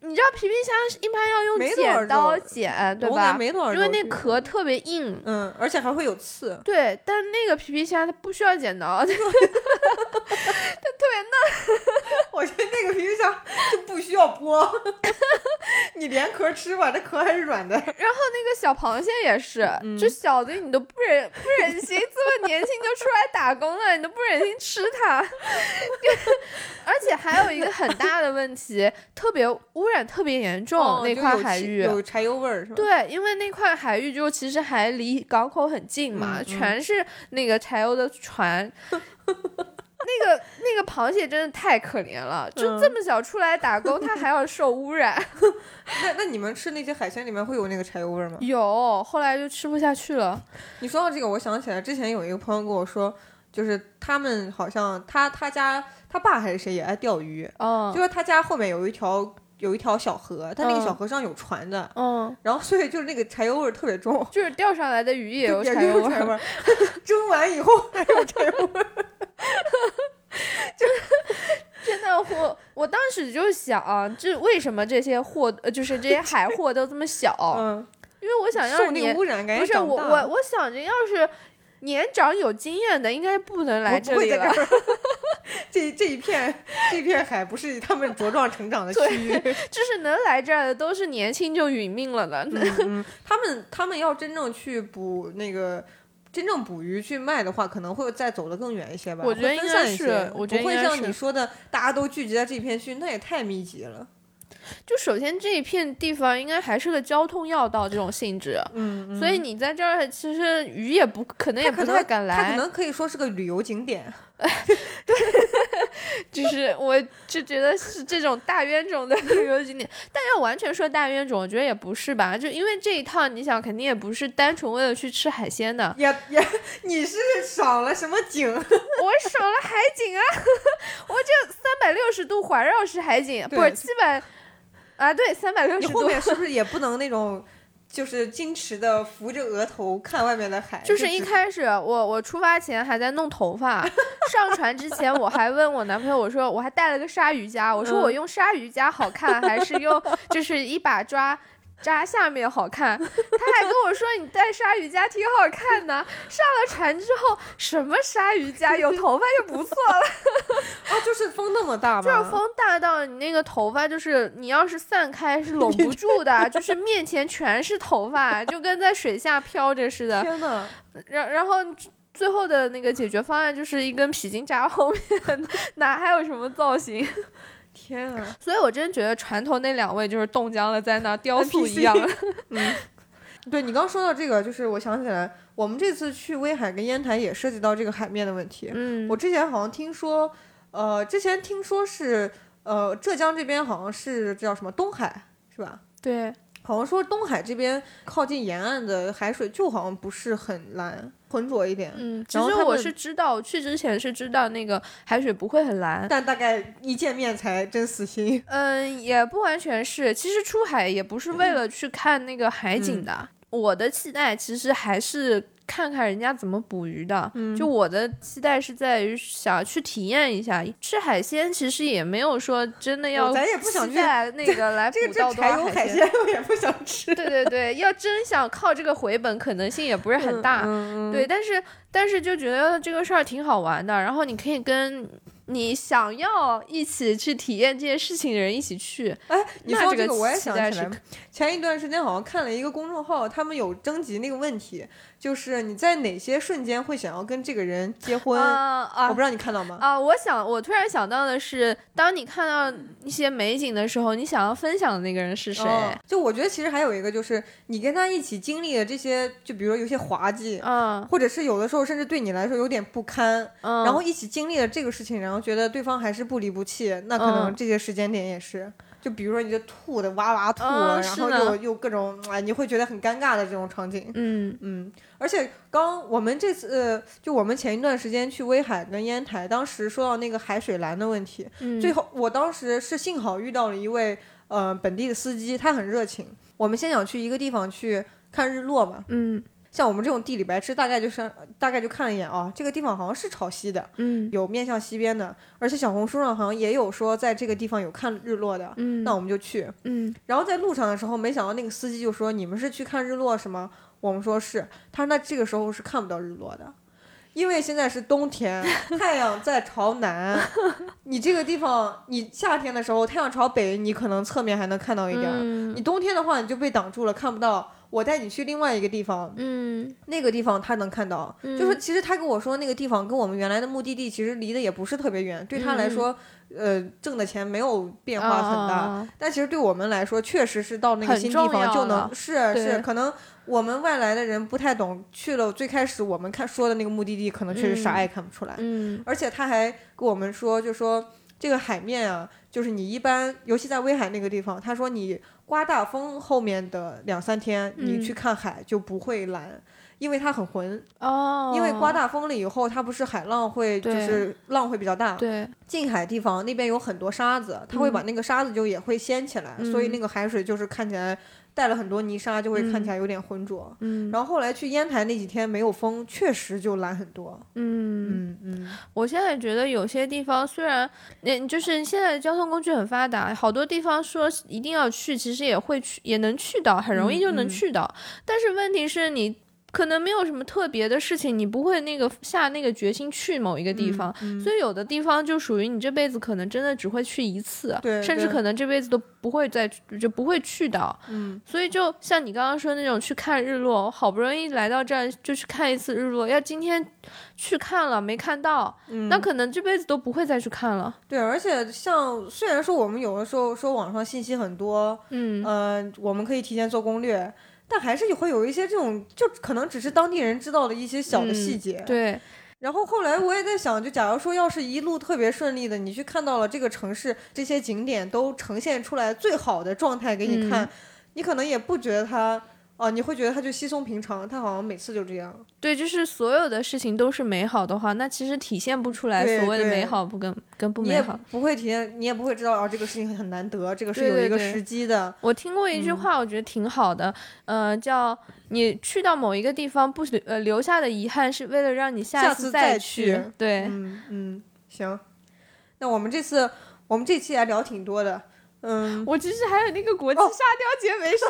[SPEAKER 1] 你知道皮皮虾是一般要
[SPEAKER 2] 没
[SPEAKER 1] 用
[SPEAKER 2] 多少
[SPEAKER 1] 剪刀
[SPEAKER 2] 肉
[SPEAKER 1] 剪， 对
[SPEAKER 2] 我感
[SPEAKER 1] 吧
[SPEAKER 2] 觉？没多少肉
[SPEAKER 1] 因
[SPEAKER 2] 质，
[SPEAKER 1] 为那壳特别硬。
[SPEAKER 2] 嗯，而且还会有刺。
[SPEAKER 1] 对，但那个皮皮虾它不需要剪刀，
[SPEAKER 2] 我觉得那个皮皮虾就不需要剥， 你连壳吃吧，这壳还是软的。
[SPEAKER 1] 那个小螃蟹也是，
[SPEAKER 2] 嗯
[SPEAKER 1] 就小的你都不忍不忍心，这么年轻就出来打工了，你都不忍心吃它。 而且还有一个很大的问题，特别污染特别严重、
[SPEAKER 2] 哦
[SPEAKER 1] 那
[SPEAKER 2] 就
[SPEAKER 1] 块
[SPEAKER 2] 有
[SPEAKER 1] 海
[SPEAKER 2] 气
[SPEAKER 1] 域
[SPEAKER 2] 有柴油味儿是吧？
[SPEAKER 1] 对，因为那块海域就其实还离港口很近嘛，
[SPEAKER 2] 嗯嗯
[SPEAKER 1] 全是那个柴油的船。 那个那个螃蟹真的太可怜了，就
[SPEAKER 2] 嗯
[SPEAKER 1] 这么小出来打工，它还要受污染。
[SPEAKER 2] 那那你们吃那些海鲜里面会有那个柴油味儿吗？
[SPEAKER 1] 有，后来就吃不下去了。
[SPEAKER 2] 你说到这个，我想起来之前有一个朋友跟我说，就是他们好像他他家他爸还是谁也爱钓鱼，
[SPEAKER 1] 嗯
[SPEAKER 2] 就是他家后面有一条有一条小河，他那个
[SPEAKER 1] 嗯
[SPEAKER 2] 小河上有船的，
[SPEAKER 1] 嗯，
[SPEAKER 2] 然后所以就是那个柴油味儿特别重。
[SPEAKER 1] 就是钓上来的鱼 也
[SPEAKER 2] 就
[SPEAKER 1] 有
[SPEAKER 2] 也
[SPEAKER 1] 柴
[SPEAKER 2] 就
[SPEAKER 1] 油
[SPEAKER 2] 是
[SPEAKER 1] 味
[SPEAKER 2] 柴
[SPEAKER 1] 儿
[SPEAKER 2] 味。儿，蒸完以后还有柴油味儿。
[SPEAKER 1] 真的，我我当时就想，这为什么这些货，呃就是这些 海货都这么小？
[SPEAKER 2] 嗯，
[SPEAKER 1] 因为我想要
[SPEAKER 2] 受
[SPEAKER 1] 是
[SPEAKER 2] 那
[SPEAKER 1] 你
[SPEAKER 2] 个污染，感觉
[SPEAKER 1] 不是
[SPEAKER 2] 长
[SPEAKER 1] 我
[SPEAKER 2] 大
[SPEAKER 1] 我我想着，要是年长有经验的，应该不能来
[SPEAKER 2] 我
[SPEAKER 1] 这
[SPEAKER 2] 不会
[SPEAKER 1] 里
[SPEAKER 2] 在这
[SPEAKER 1] 了。
[SPEAKER 2] 儿。 这这一片这片海不是他们茁壮成长的区域，
[SPEAKER 1] 就是能来这儿的，都是年轻就殒命了的。
[SPEAKER 2] 嗯 他们他们要真正去捕那个。真正捕鱼去卖的话，可能会再走得更远一些吧。
[SPEAKER 1] 我觉得
[SPEAKER 2] 会分
[SPEAKER 1] 应该
[SPEAKER 2] 散一
[SPEAKER 1] 是
[SPEAKER 2] 些
[SPEAKER 1] 我觉得
[SPEAKER 2] 不会
[SPEAKER 1] 应该
[SPEAKER 2] 像你
[SPEAKER 1] 是
[SPEAKER 2] 说的，大家都聚集在这片区，那也太密集了。
[SPEAKER 1] 就首先这一片地方应该还是个交通要道这种性质，
[SPEAKER 2] 嗯，
[SPEAKER 1] 所以你在这儿其实鱼也不可能也
[SPEAKER 2] 它可
[SPEAKER 1] 不
[SPEAKER 2] 能
[SPEAKER 1] 太敢
[SPEAKER 2] 它可
[SPEAKER 1] 来。
[SPEAKER 2] 能可以说是个旅游景点。
[SPEAKER 1] 就是我就觉得是这种大冤种的旅游景点，但要完全说大冤种，我觉得也不是吧。就因为这一趟，你想肯定也不是单纯为了去吃海鲜的，
[SPEAKER 2] 也也，你是赏了什么 景？
[SPEAKER 1] 我守了海景啊， 我这三百六十度环绕式海景，
[SPEAKER 2] 对
[SPEAKER 1] 不是七百啊，对，三百六
[SPEAKER 2] 你
[SPEAKER 1] 十
[SPEAKER 2] 后
[SPEAKER 1] 度，
[SPEAKER 2] 面是不是也不能那种，就是矜持的扶着额头看外面的海？
[SPEAKER 1] 就是一
[SPEAKER 2] 只
[SPEAKER 1] 开始我我出发前还在弄头发，上船之前我还问我男朋友，我说我还带了个鲨鱼夹，我说
[SPEAKER 2] 嗯
[SPEAKER 1] 我用鲨鱼夹好看，还是用就是一把抓。扎下面好看，他还跟我说你带鲨鱼夹挺好看的。上了船之后，什么鲨鱼夹，有头发就不错了。
[SPEAKER 2] 啊，就是风那么大吗？
[SPEAKER 1] 就是风大到你那个头发，就是你要是散开是拢不住的，就是面前全是头发，就跟在水下飘着似的。
[SPEAKER 2] 天呐，
[SPEAKER 1] 然然后最后的那个解决方案就是一根皮筋扎后面， 哪还有什么造型？
[SPEAKER 2] 天啊！
[SPEAKER 1] 所以我真觉得船头那两位就是冻僵了，在那儿雕塑
[SPEAKER 2] NPC
[SPEAKER 1] 一样。
[SPEAKER 2] 对你刚说到这个，就是我想起来，我们这次去威海跟烟台也涉及到这个海面的问题。
[SPEAKER 1] 嗯
[SPEAKER 2] 我之前好像听说，呃，之前听说是，呃，浙江这边好像是这叫什么东海是吧？
[SPEAKER 1] 对，
[SPEAKER 2] 好像说东海这边靠近沿岸的海水就好像不是很蓝，浑浊一点，
[SPEAKER 1] 嗯，其
[SPEAKER 2] 然后
[SPEAKER 1] 实
[SPEAKER 2] 他
[SPEAKER 1] 我
[SPEAKER 2] 们
[SPEAKER 1] 是知道，我去之前是知道那个海水不会很蓝。
[SPEAKER 2] 但大概一见面才真死心。
[SPEAKER 1] 嗯，也不完全是。其实出海也不是为
[SPEAKER 2] 嗯
[SPEAKER 1] 了去看那个海景的，我的期待其实还是看看人家怎么捕鱼的。
[SPEAKER 2] 嗯
[SPEAKER 1] 就我的期待是在于想要去体验一下吃海鲜，其实也没有说真的要
[SPEAKER 2] 哦咱也不想
[SPEAKER 1] 期
[SPEAKER 2] 去
[SPEAKER 1] 待那个来捕
[SPEAKER 2] 这个
[SPEAKER 1] 到
[SPEAKER 2] 这
[SPEAKER 1] 多
[SPEAKER 2] 柴
[SPEAKER 1] 少
[SPEAKER 2] 油
[SPEAKER 1] 海
[SPEAKER 2] 海
[SPEAKER 1] 鲜。
[SPEAKER 2] 鲜 我也不想吃，
[SPEAKER 1] 对对对，要真想靠这个回本，可能性也不是很大。
[SPEAKER 2] 嗯
[SPEAKER 1] 对，但是但是就觉得这个事儿挺好玩的，然后你可以跟你想要一起去体验这件事情的人一起去。
[SPEAKER 2] 哎，你
[SPEAKER 1] 那
[SPEAKER 2] 说
[SPEAKER 1] 这个
[SPEAKER 2] 个我也
[SPEAKER 1] 期
[SPEAKER 2] 想
[SPEAKER 1] 待
[SPEAKER 2] 起
[SPEAKER 1] 是
[SPEAKER 2] 来，前一段时间好像看了一个公众号，他们有征集那个问题，就是你在哪些瞬间会想要跟这个人结婚？
[SPEAKER 1] 啊啊
[SPEAKER 2] 我不知道你看到吗？
[SPEAKER 1] 啊！我想，我突然想到的是，当你看到一些美景的时候，你想要分享的那个人是谁？
[SPEAKER 2] 哦就我觉得其实还有一个就是你跟他一起经历的这些，就比如说有些滑稽，
[SPEAKER 1] 嗯
[SPEAKER 2] 或者是有的时候甚至对你来说有点不堪，
[SPEAKER 1] 嗯，
[SPEAKER 2] 然后一起经历了这个事情，然后觉得对方还是不离不弃，那可能
[SPEAKER 1] 嗯
[SPEAKER 2] 这些时间点也是。就比如说，你就吐的哇哇吐，
[SPEAKER 1] 嗯
[SPEAKER 2] 然
[SPEAKER 1] 是
[SPEAKER 2] 后
[SPEAKER 1] 呢
[SPEAKER 2] 又又各种啊、哎你会觉得很尴尬的这种场景。
[SPEAKER 1] 嗯
[SPEAKER 2] 嗯，而且刚我们这次、呃就我们前一段时间去威海跟烟台，当时说到那个海水蓝的问题，
[SPEAKER 1] 嗯，
[SPEAKER 2] 最后我当时是幸好遇到了一位呃本地的司机，他很热情。我们先想去一个地方去看日落嘛，
[SPEAKER 1] 嗯
[SPEAKER 2] 像我们这种地理白痴，大概就是大概就看了一眼啊，这个地方好像是朝西的，
[SPEAKER 1] 嗯
[SPEAKER 2] 有面向西边的，而且小红书上好像也有说在这个地方有看日落的，
[SPEAKER 1] 嗯
[SPEAKER 2] 那我们就去。
[SPEAKER 1] 嗯
[SPEAKER 2] 然后在路上的时候，没想到那个司机就说：“你们是去看日落是吗？”我们说是。他说：“那这个时候是看不到日落的，因为现在是冬天， 太阳在朝南。你这个地方，你夏天的时候太阳朝北，你可能侧面还能看到一点儿；
[SPEAKER 1] 嗯
[SPEAKER 2] 你冬天的话，你就被挡住了，看不到。我带你去另外一个地方，
[SPEAKER 1] 嗯
[SPEAKER 2] 那个地方他能看到。
[SPEAKER 1] 嗯
[SPEAKER 2] 就是其实他跟我说那个地方跟我们原来的目的地其实离得也不是特别远，对
[SPEAKER 1] 嗯
[SPEAKER 2] 他来
[SPEAKER 1] 嗯
[SPEAKER 2] 说，呃，挣的钱没有变化很大。
[SPEAKER 1] 啊
[SPEAKER 2] 但其实对我们来说，确实是到那个
[SPEAKER 1] 很
[SPEAKER 2] 新地
[SPEAKER 1] 重
[SPEAKER 2] 方
[SPEAKER 1] 要
[SPEAKER 2] 就能
[SPEAKER 1] 了
[SPEAKER 2] 是
[SPEAKER 1] 对
[SPEAKER 2] 是，可能我们外来的人不太懂，去了最开始我们看说的那个目的地，可能确实啥
[SPEAKER 1] 嗯
[SPEAKER 2] 也看不出来。
[SPEAKER 1] 嗯
[SPEAKER 2] 而且他还跟我们说，就说这个海面啊，就是你一般，尤其在威海那个地方，他说你刮大风后面的两三天，
[SPEAKER 1] 嗯
[SPEAKER 2] 你去看海就不会蓝。因为它很浑，
[SPEAKER 1] 哦，
[SPEAKER 2] 因为刮大风了以后，它不是海浪会就
[SPEAKER 1] 对
[SPEAKER 2] 是浪会比较大，
[SPEAKER 1] 对
[SPEAKER 2] 近海地方那边有很多沙子，它会把
[SPEAKER 1] 嗯
[SPEAKER 2] 那个沙子就也会掀起来，
[SPEAKER 1] 嗯
[SPEAKER 2] 所以那个海水就是看起来带了很多泥沙，就会看起来有点浑浊。
[SPEAKER 1] 嗯
[SPEAKER 2] 然后后来去烟台那几天没有风，确实就蓝很多。
[SPEAKER 1] 嗯。
[SPEAKER 2] 嗯嗯，
[SPEAKER 1] 我现在觉得有些地方虽然，嗯，就是现在交通工具很发达，好多地方说一定要去，其实也会去，也能去到，很容易就能
[SPEAKER 2] 嗯嗯
[SPEAKER 1] 去到。但是问题是你可能没有什么特别的事情，你不会那个下那个决心去某一个地
[SPEAKER 2] 嗯
[SPEAKER 1] 方。所以有的地方就属于你这辈子可能真的只会去一次，
[SPEAKER 2] 对
[SPEAKER 1] 甚至
[SPEAKER 2] 对
[SPEAKER 1] 可能这辈子都不会再去就不会去到。
[SPEAKER 2] 嗯，
[SPEAKER 1] 所以就像你刚刚说那种去看日落，我好不容易来到这儿就去看一次日落，要今天去看了没看到，
[SPEAKER 2] 嗯
[SPEAKER 1] 那可能这辈子都不会再去看了。
[SPEAKER 2] 对，而且像虽然说我们有的时候说网上信息很多，
[SPEAKER 1] 嗯，
[SPEAKER 2] 嗯、我们可以提前做攻略，但还是会有一些这种，就可能只是当地人知道的一些小的
[SPEAKER 1] 嗯
[SPEAKER 2] 细节。
[SPEAKER 1] 对，
[SPEAKER 2] 然后后来我也在想，就假如说要是一路特别顺利的，你去看到了这个城市这些景点都呈现出来最好的状态给你看，
[SPEAKER 1] 嗯
[SPEAKER 2] 你可能也不觉得它，啊、你会觉得它就稀松平常，它好像每次就这样。
[SPEAKER 1] 对，就是所有的事情都是美好的话，那其实体现不出来
[SPEAKER 2] 对
[SPEAKER 1] 所谓的
[SPEAKER 2] 对
[SPEAKER 1] 美好不跟跟不
[SPEAKER 2] 你
[SPEAKER 1] 美
[SPEAKER 2] 也
[SPEAKER 1] 好。
[SPEAKER 2] 不会体验，你也不会知道啊，这个事情很难得，这个是
[SPEAKER 1] 对
[SPEAKER 2] 有
[SPEAKER 1] 对
[SPEAKER 2] 一个
[SPEAKER 1] 对
[SPEAKER 2] 时机的。
[SPEAKER 1] 我听过一
[SPEAKER 2] 嗯
[SPEAKER 1] 句话，我觉得挺好的，呃，叫你去到某一个地方不留呃留下的遗憾，是为了让你
[SPEAKER 2] 下
[SPEAKER 1] 次
[SPEAKER 2] 次
[SPEAKER 1] 再
[SPEAKER 2] 再去
[SPEAKER 1] 对，
[SPEAKER 2] 嗯嗯，行，那我们这次我们这期还聊挺多的，嗯，
[SPEAKER 1] 我其实还有那个国际沙雕节没说，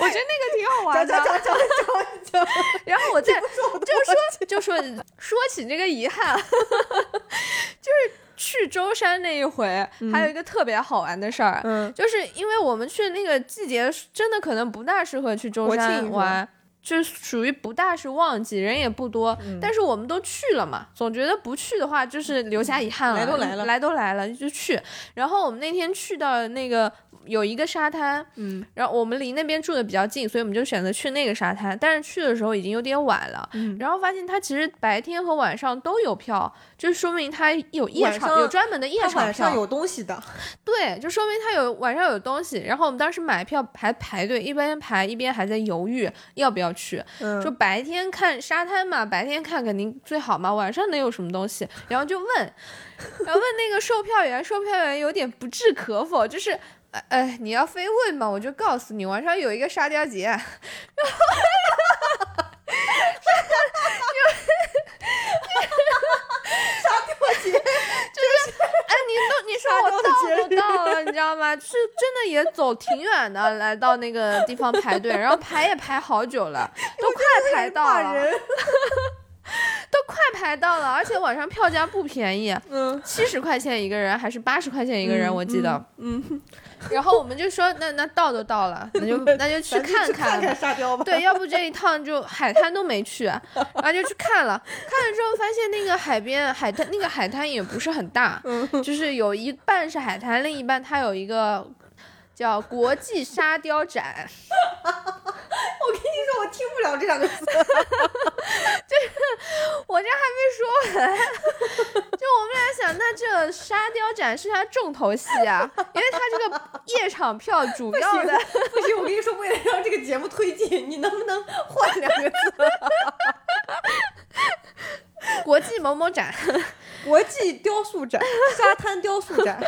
[SPEAKER 1] 我觉得那个挺好玩
[SPEAKER 2] 讲
[SPEAKER 1] 的。
[SPEAKER 2] 讲讲讲讲讲，
[SPEAKER 1] 然后我再
[SPEAKER 2] 说我都
[SPEAKER 1] 就说说起这个遗憾，就是去舟山那一回，还有一个特别好玩的事儿。
[SPEAKER 2] 嗯
[SPEAKER 1] 就是因为我们去的那个季节，真的可能不大适合去舟
[SPEAKER 2] 国庆
[SPEAKER 1] 山
[SPEAKER 2] 是吧
[SPEAKER 1] 玩，就属于不大是旺季，人也不多。
[SPEAKER 2] 嗯
[SPEAKER 1] 但是我们都去了嘛，总觉得不去的话就是留下遗憾了。
[SPEAKER 2] 来都来了
[SPEAKER 1] 来都来了就去。然后我们那天去到那个有一个沙滩，
[SPEAKER 3] 嗯，
[SPEAKER 1] 然后我们离那边住的比较近，所以我们就选择去那个沙滩。但是去的时候已经有点晚了，
[SPEAKER 3] 嗯
[SPEAKER 1] 然后发现它其实白天和晚上都有票，就说明它有夜
[SPEAKER 2] 晚
[SPEAKER 1] 场，
[SPEAKER 2] 上
[SPEAKER 1] 有专门的夜
[SPEAKER 2] 它
[SPEAKER 1] 场
[SPEAKER 2] 晚上
[SPEAKER 1] 票。
[SPEAKER 2] 有东西的，
[SPEAKER 1] 对，就说明它有晚上有东西。然后我们当时买票还排队，一边排一边还在犹豫要不要去。
[SPEAKER 2] 嗯，
[SPEAKER 1] 说白天看沙滩嘛，白天看肯定最好嘛，晚上能有什么东西？然后就问，然后问那个售票员，售票员有点不置可否，就是。呃哎，你要非问嘛，我就告诉你，晚上有一个沙雕节， 然后，哎沙雕节，就是，哎，你都你说我到我到 了，你知道吗？是真的也走挺远的，来到那个地方排队，然后排也排好久了， 都快排到啊
[SPEAKER 2] 骂
[SPEAKER 1] 了，
[SPEAKER 2] 人，
[SPEAKER 1] 都快排到了，而且晚上票价不便宜，
[SPEAKER 2] 嗯，
[SPEAKER 1] 七十块钱一个人还是八十块钱一个人，
[SPEAKER 2] 嗯
[SPEAKER 1] 我记得。
[SPEAKER 2] 嗯，
[SPEAKER 1] 然后我们就说，那那到都到了，那就 那就去
[SPEAKER 2] 咱就
[SPEAKER 1] 看
[SPEAKER 2] 去看
[SPEAKER 1] 吧
[SPEAKER 2] 看。沙雕吧，
[SPEAKER 1] 对，要不这一趟就海滩都没去，然后就去看了。看了之后发现那个海边海滩，那个海滩也不是很大，
[SPEAKER 2] 嗯
[SPEAKER 1] 就是有一半是海滩，另一半它有一个叫国际沙雕展。
[SPEAKER 2] 你说我听不了这两 个字，
[SPEAKER 1] 我这还没说完， 就我们俩想，那这沙雕展是他重头戏啊，因为他这个夜场票主要的，
[SPEAKER 2] 不行，我跟你说，为了让这个节目推进，你能不能换两个字？
[SPEAKER 1] 国际某某 展，
[SPEAKER 2] 国际雕 塑展，沙滩雕塑展，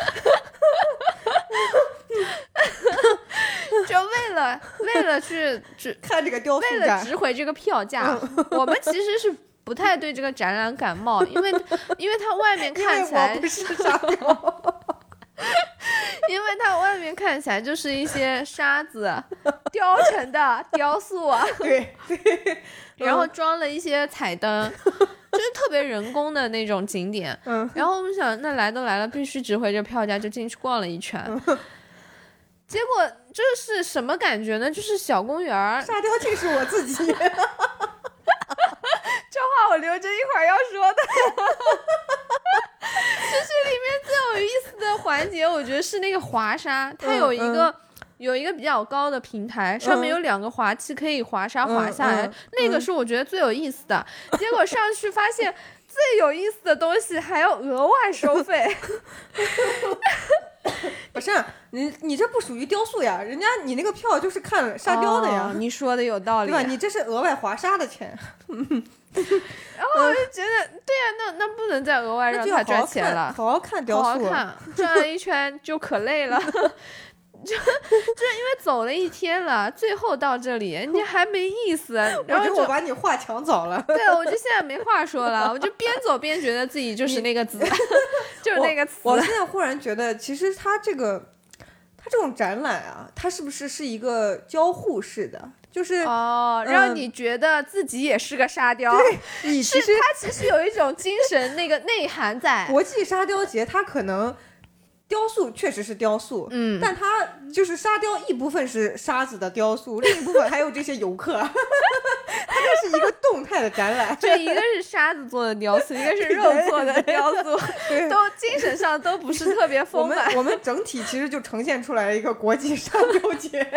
[SPEAKER 1] 就为了为了去 只
[SPEAKER 2] 看这个雕
[SPEAKER 1] 为
[SPEAKER 2] 塑
[SPEAKER 1] 了
[SPEAKER 2] 展，嗯
[SPEAKER 1] 值回这个票价，我们其实是不太对这个展览感冒，因为因为它外面
[SPEAKER 2] 因为
[SPEAKER 1] 看起来
[SPEAKER 2] 我不是 沙雕，
[SPEAKER 1] 因为它外面看起来就是一些沙子 雕成的雕塑啊，
[SPEAKER 2] 对，
[SPEAKER 1] 然后装了一些彩灯，就是特别人工的那种景点。
[SPEAKER 2] 嗯，
[SPEAKER 1] 然后我们想，那来都来了，必须值回这票价，就进去逛了一圈。结果这是什么感觉呢？就是小公园 儿，
[SPEAKER 2] 沙雕竟是我自己，
[SPEAKER 1] 这话我留着一会儿要说的。 就是里面最有意思的环节，我觉得是那个滑沙，它有一个、有一个比较高的平台，上面有两个滑梯可以滑沙滑下来，
[SPEAKER 2] 嗯嗯
[SPEAKER 1] 那个是我觉得最有意思的。结果上去发现最有意思的东西还要额外收 费，
[SPEAKER 2] 不是啊你，你这不属于雕塑呀，人家你那个票就是看沙雕的呀
[SPEAKER 1] 哦。你说的有道理
[SPEAKER 2] 对吧？，你这是额外划沙的钱，
[SPEAKER 1] 然后哦我就觉得，对呀、那嗯那不能再额外
[SPEAKER 2] 那
[SPEAKER 1] 让
[SPEAKER 2] 就要
[SPEAKER 1] 他
[SPEAKER 2] 好
[SPEAKER 1] 赚
[SPEAKER 2] 好
[SPEAKER 1] 钱了
[SPEAKER 2] 看，。好好看雕
[SPEAKER 1] 好好
[SPEAKER 2] 塑。
[SPEAKER 1] 看，转了一圈就可累了，就 就因为走了一天了，最后到这里 你还没意思，
[SPEAKER 2] 我
[SPEAKER 1] 然后
[SPEAKER 2] 觉得我
[SPEAKER 1] 就。
[SPEAKER 2] 把你话抢走 了，
[SPEAKER 1] 对，我就现在没话说了，我就边走边觉得自己就是那个 词， 就是那个词。
[SPEAKER 2] 我现在忽然觉得，其实它这个，它这种展览啊，它是不是是一个交互式的？就是
[SPEAKER 1] 哦，
[SPEAKER 2] 嗯
[SPEAKER 1] 让你觉得自己也是个沙雕，
[SPEAKER 2] 你
[SPEAKER 1] 是
[SPEAKER 2] 其实
[SPEAKER 1] 它其实有一种精神那个内涵在。
[SPEAKER 2] 国际沙雕节，它可能雕塑确实是雕塑，
[SPEAKER 1] 嗯
[SPEAKER 2] 但它就是沙雕一部分是沙子的雕塑，另一部分还有这些游客，啊 它这是一个动态的展览。
[SPEAKER 1] 这一个是沙子做的雕塑，一个是肉做的雕塑，
[SPEAKER 2] 对
[SPEAKER 1] 都精神上都不是特别
[SPEAKER 2] 我
[SPEAKER 1] 丰
[SPEAKER 2] 们
[SPEAKER 1] 满。
[SPEAKER 2] 我们整体其实就呈现出来一个国际沙雕节，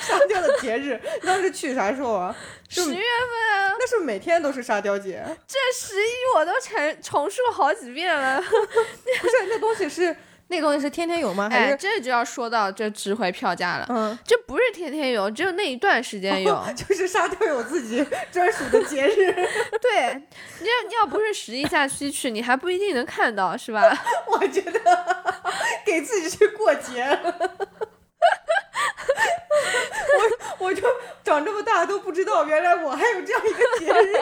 [SPEAKER 2] 沙雕的节日。当时去啥时候啊？就
[SPEAKER 1] 十月份啊，
[SPEAKER 2] 那是不是每天都是沙雕节，
[SPEAKER 1] 这十一我都重重述好几遍了，
[SPEAKER 2] 不是那东西是那东西是天天有吗？还
[SPEAKER 1] 哎，
[SPEAKER 2] 是、
[SPEAKER 1] 这就要说到这值回票价了。
[SPEAKER 2] 嗯，
[SPEAKER 1] 这不是天天有，只有那一段时间有。
[SPEAKER 2] 就是沙雕有自己专属的节日。
[SPEAKER 1] 对，你要要不是十一假期去，你还不一定能看到，是吧？
[SPEAKER 2] 我觉得给自己去过节 了。我我就长这么大都不知道，原来我还有这样一个节日。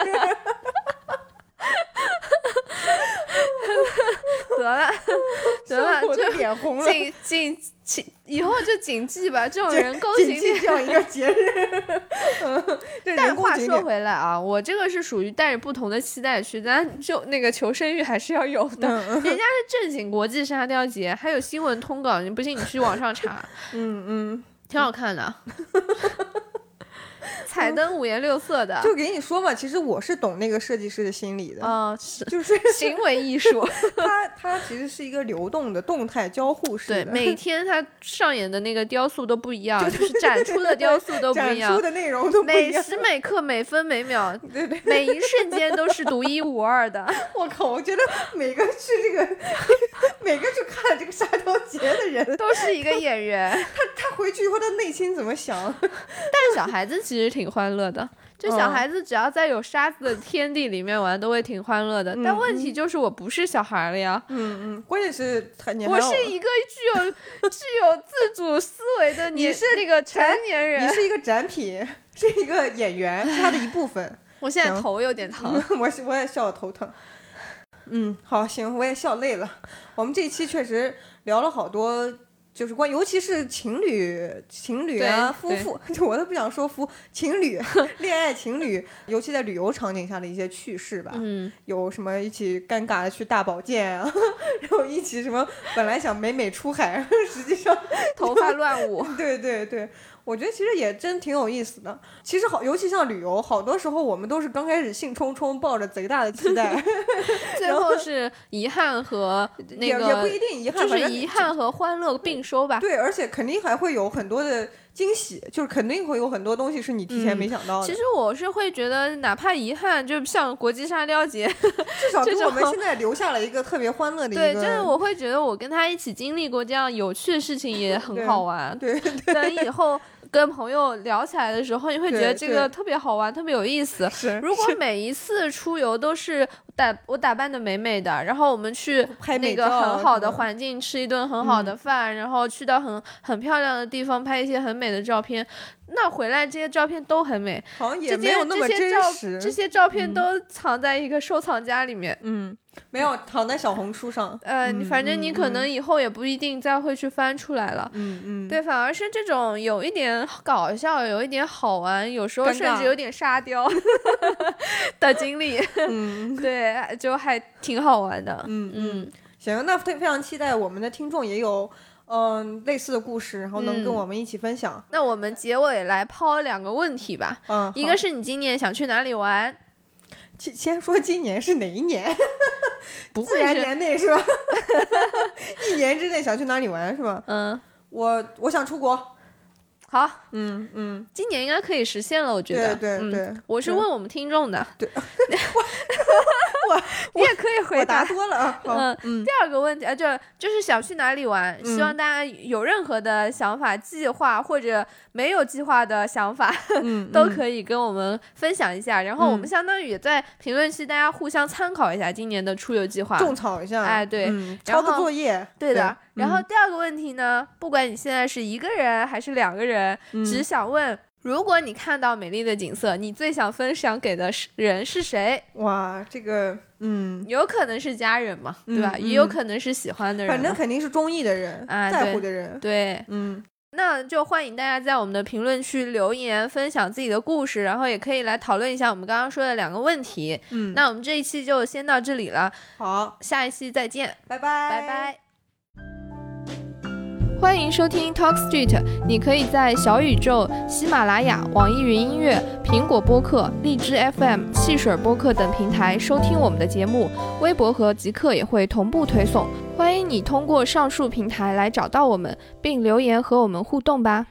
[SPEAKER 1] 得了， 得了，
[SPEAKER 2] 我都
[SPEAKER 1] 就
[SPEAKER 2] 脸红了。
[SPEAKER 1] 谨谨谨，以后就谨记吧，这种人工行
[SPEAKER 2] 谨记
[SPEAKER 1] 径。
[SPEAKER 2] 这 样一个节日。 这
[SPEAKER 1] 嗯但
[SPEAKER 2] 人工
[SPEAKER 1] 话
[SPEAKER 2] 景
[SPEAKER 1] 说
[SPEAKER 2] 点，
[SPEAKER 1] 回来啊，我这个是属于带着不同的期待去，咱就那个求生欲还是要有的。
[SPEAKER 2] 嗯
[SPEAKER 1] 人家是正经国际沙雕节，还有新闻通 稿，你不信你去网上查，
[SPEAKER 2] 嗯嗯，
[SPEAKER 1] 挺好看的。彩灯五颜六色的，
[SPEAKER 2] 就给你说嘛，其实我是懂那个设计师的心理的，
[SPEAKER 1] 啊、 是
[SPEAKER 2] 就是
[SPEAKER 1] 行为艺 术。
[SPEAKER 2] 它它其实是一个流动的、动态交互式
[SPEAKER 1] 对，
[SPEAKER 2] 的，
[SPEAKER 1] 每天他上演的那个雕塑都不一样，就是展出的雕塑都不
[SPEAKER 2] 展
[SPEAKER 1] 一
[SPEAKER 2] 出
[SPEAKER 1] 样，
[SPEAKER 2] 的内容都不一
[SPEAKER 1] 每
[SPEAKER 2] 样。
[SPEAKER 1] 时每刻、每分每秒，每一瞬间都是独一无二 的。
[SPEAKER 2] 我靠，我觉得每个去这个 每个去看这个沙雕节的人，
[SPEAKER 1] 都是一个演员，
[SPEAKER 2] 他回去以后他内心怎么想？
[SPEAKER 1] 但小孩子其实挺欢乐的。就小
[SPEAKER 2] 嗯
[SPEAKER 1] 孩子只要在有沙子的天地里面玩，都会挺欢乐
[SPEAKER 2] 嗯
[SPEAKER 1] 的。但问题就是我不是小孩了呀，
[SPEAKER 2] 嗯嗯，关键是他你还
[SPEAKER 1] 我
[SPEAKER 2] 要
[SPEAKER 1] 是一个具有具有自主思维的年，
[SPEAKER 2] 你是
[SPEAKER 1] 那个成年
[SPEAKER 2] 你
[SPEAKER 1] 人。
[SPEAKER 2] 是一个展品，是一个演员，是他的一部分。
[SPEAKER 1] 我现在
[SPEAKER 2] 行
[SPEAKER 1] 头有点疼。
[SPEAKER 2] 我是我也笑得头疼。嗯，好，行，我也笑累了。我们这一期确实聊了好多，就是关，尤其是情侣、情侣啊、
[SPEAKER 1] 对
[SPEAKER 2] 夫妇，就 我都不想说夫情侣、 恋爱情侣，尤其在旅游场景下的一些趣事吧。
[SPEAKER 1] 嗯，
[SPEAKER 2] 有什么一起尴尬的去大保健啊， 然后一起什么本来想美美出海， 实际上
[SPEAKER 1] 头发乱 舞。
[SPEAKER 2] 对对对，我觉得其实也真挺有意思的。其实好，尤其像旅游，好多时候我们都是刚开始兴冲冲，抱着贼大的期待，
[SPEAKER 1] 最后是遗憾和那
[SPEAKER 2] 也也不一
[SPEAKER 1] 个，
[SPEAKER 2] 定遗憾，
[SPEAKER 1] 就
[SPEAKER 2] 反
[SPEAKER 1] 是
[SPEAKER 2] 正
[SPEAKER 1] 遗憾和欢乐并收吧。
[SPEAKER 2] 对，而且肯定还会有很多的惊喜，就是肯定会有很多东西是你提前没想到
[SPEAKER 1] 嗯
[SPEAKER 2] 的。
[SPEAKER 1] 其实我是会觉得，哪怕遗憾，就像国际沙雕节，
[SPEAKER 2] 至少给
[SPEAKER 1] 这
[SPEAKER 2] 我们
[SPEAKER 1] 种
[SPEAKER 2] 现在留下了一个特别欢乐的一
[SPEAKER 1] 对，
[SPEAKER 2] 个。
[SPEAKER 1] 就是我会觉得我跟他一起经历过这样有趣的事情也很好玩。
[SPEAKER 2] 对对
[SPEAKER 1] 等以后跟朋友聊起来的时候，你会觉得
[SPEAKER 2] 对
[SPEAKER 1] 这个
[SPEAKER 2] 对
[SPEAKER 1] 特别好玩，特别有意思。
[SPEAKER 2] 是
[SPEAKER 1] 如果每一次出游都是打我打扮的美美的，然后我们去
[SPEAKER 2] 拍
[SPEAKER 1] 那
[SPEAKER 2] 美
[SPEAKER 1] 个
[SPEAKER 2] 照啊
[SPEAKER 1] 很好
[SPEAKER 2] 什
[SPEAKER 1] 的
[SPEAKER 2] 么嗯
[SPEAKER 1] 环境吃一顿很好的饭，然后去到很很漂亮的地方拍一些很美的照片，那回来这些照片都很美，
[SPEAKER 2] 好像也
[SPEAKER 1] 这
[SPEAKER 2] 没
[SPEAKER 1] 些
[SPEAKER 2] 有那么
[SPEAKER 1] 这些
[SPEAKER 2] 真
[SPEAKER 1] 照这
[SPEAKER 2] 实。
[SPEAKER 1] 些照片都藏在一个收藏夹里面。
[SPEAKER 2] 嗯，没有躺在小红书上。
[SPEAKER 1] 呃，你反正你可能以后也不一定再会去翻出来了。
[SPEAKER 2] 嗯嗯，
[SPEAKER 1] 对，反而是这种有一点搞笑，有一点好玩，有时候
[SPEAKER 2] 尴
[SPEAKER 1] 甚
[SPEAKER 2] 尬
[SPEAKER 1] 至有点沙 雕 的经历，嗯、对，就还挺好玩的。
[SPEAKER 2] 嗯
[SPEAKER 1] 嗯，
[SPEAKER 2] 行，那非非常期待我们的听众也有嗯、类似的故事，然后能跟
[SPEAKER 1] 嗯
[SPEAKER 2] 我们一起分享。
[SPEAKER 1] 那我们结尾来抛两个问题吧，
[SPEAKER 2] 嗯，
[SPEAKER 1] 一
[SPEAKER 2] 好
[SPEAKER 1] 个是你今年想去哪里玩？
[SPEAKER 2] 先先说今年是哪一年？
[SPEAKER 1] 不
[SPEAKER 2] 自
[SPEAKER 1] 会
[SPEAKER 2] 然
[SPEAKER 1] 是
[SPEAKER 2] 年内是吧？ 一年之内想去哪里玩是吧？
[SPEAKER 1] 嗯，
[SPEAKER 2] 我我想出国。
[SPEAKER 1] 好，
[SPEAKER 2] 嗯嗯，
[SPEAKER 1] 今年应该可以实现了，我觉得。
[SPEAKER 2] 对对对
[SPEAKER 1] 嗯，我是
[SPEAKER 2] 对
[SPEAKER 1] 问我们听众的。
[SPEAKER 2] 对
[SPEAKER 1] 我， 你也可以回
[SPEAKER 2] 我
[SPEAKER 1] 答
[SPEAKER 2] 答多了啊。好，
[SPEAKER 1] 嗯，第二个问题啊，就就是想去哪里玩，希
[SPEAKER 2] 嗯
[SPEAKER 1] 望大家有任何的想法、计划或者没有计划的想法，
[SPEAKER 2] 嗯，
[SPEAKER 1] 都可以跟我们分享一下。然后我们相当于也在评论区，大家互相参考一下今年的出游计划。
[SPEAKER 2] 种草一下。
[SPEAKER 1] 哎对
[SPEAKER 2] 嗯
[SPEAKER 1] 然
[SPEAKER 2] 抄
[SPEAKER 1] 后
[SPEAKER 2] 个作业。
[SPEAKER 1] 对的。然后
[SPEAKER 2] 嗯
[SPEAKER 1] 第二个问题呢，不管你现在是一个人还是两个人，
[SPEAKER 2] 嗯
[SPEAKER 1] 只想问。如果你看到美丽的景色，你最想分享给的是人是谁？
[SPEAKER 2] 哇，这个嗯，
[SPEAKER 1] 有可能是家人嘛，对吧？
[SPEAKER 2] 嗯
[SPEAKER 1] 也有
[SPEAKER 2] 嗯
[SPEAKER 1] 可能是喜欢的人嘛，
[SPEAKER 2] 反正肯定是中意的人，
[SPEAKER 1] 哎
[SPEAKER 2] 在
[SPEAKER 1] 对
[SPEAKER 2] 乎的人。
[SPEAKER 1] 对。
[SPEAKER 2] 嗯，
[SPEAKER 1] 那就欢迎大家在我们的评论区留言，分享自己的故事，然后也可以来讨论一下我们刚刚说的两个问题。
[SPEAKER 2] 嗯
[SPEAKER 1] 那我们这一期就先到这里了，
[SPEAKER 2] 好，
[SPEAKER 1] 下一期再见，
[SPEAKER 2] 拜拜，
[SPEAKER 1] 拜。拜。欢迎收听 Talk Street，你可以在小宇宙、喜马拉雅、网易云音乐、苹果播客、荔枝 FM、汽水播客等平台收听我们的节目，微博和极客也会同步推送。欢迎你通过上述平台来找到我们，并留言和我们互动吧。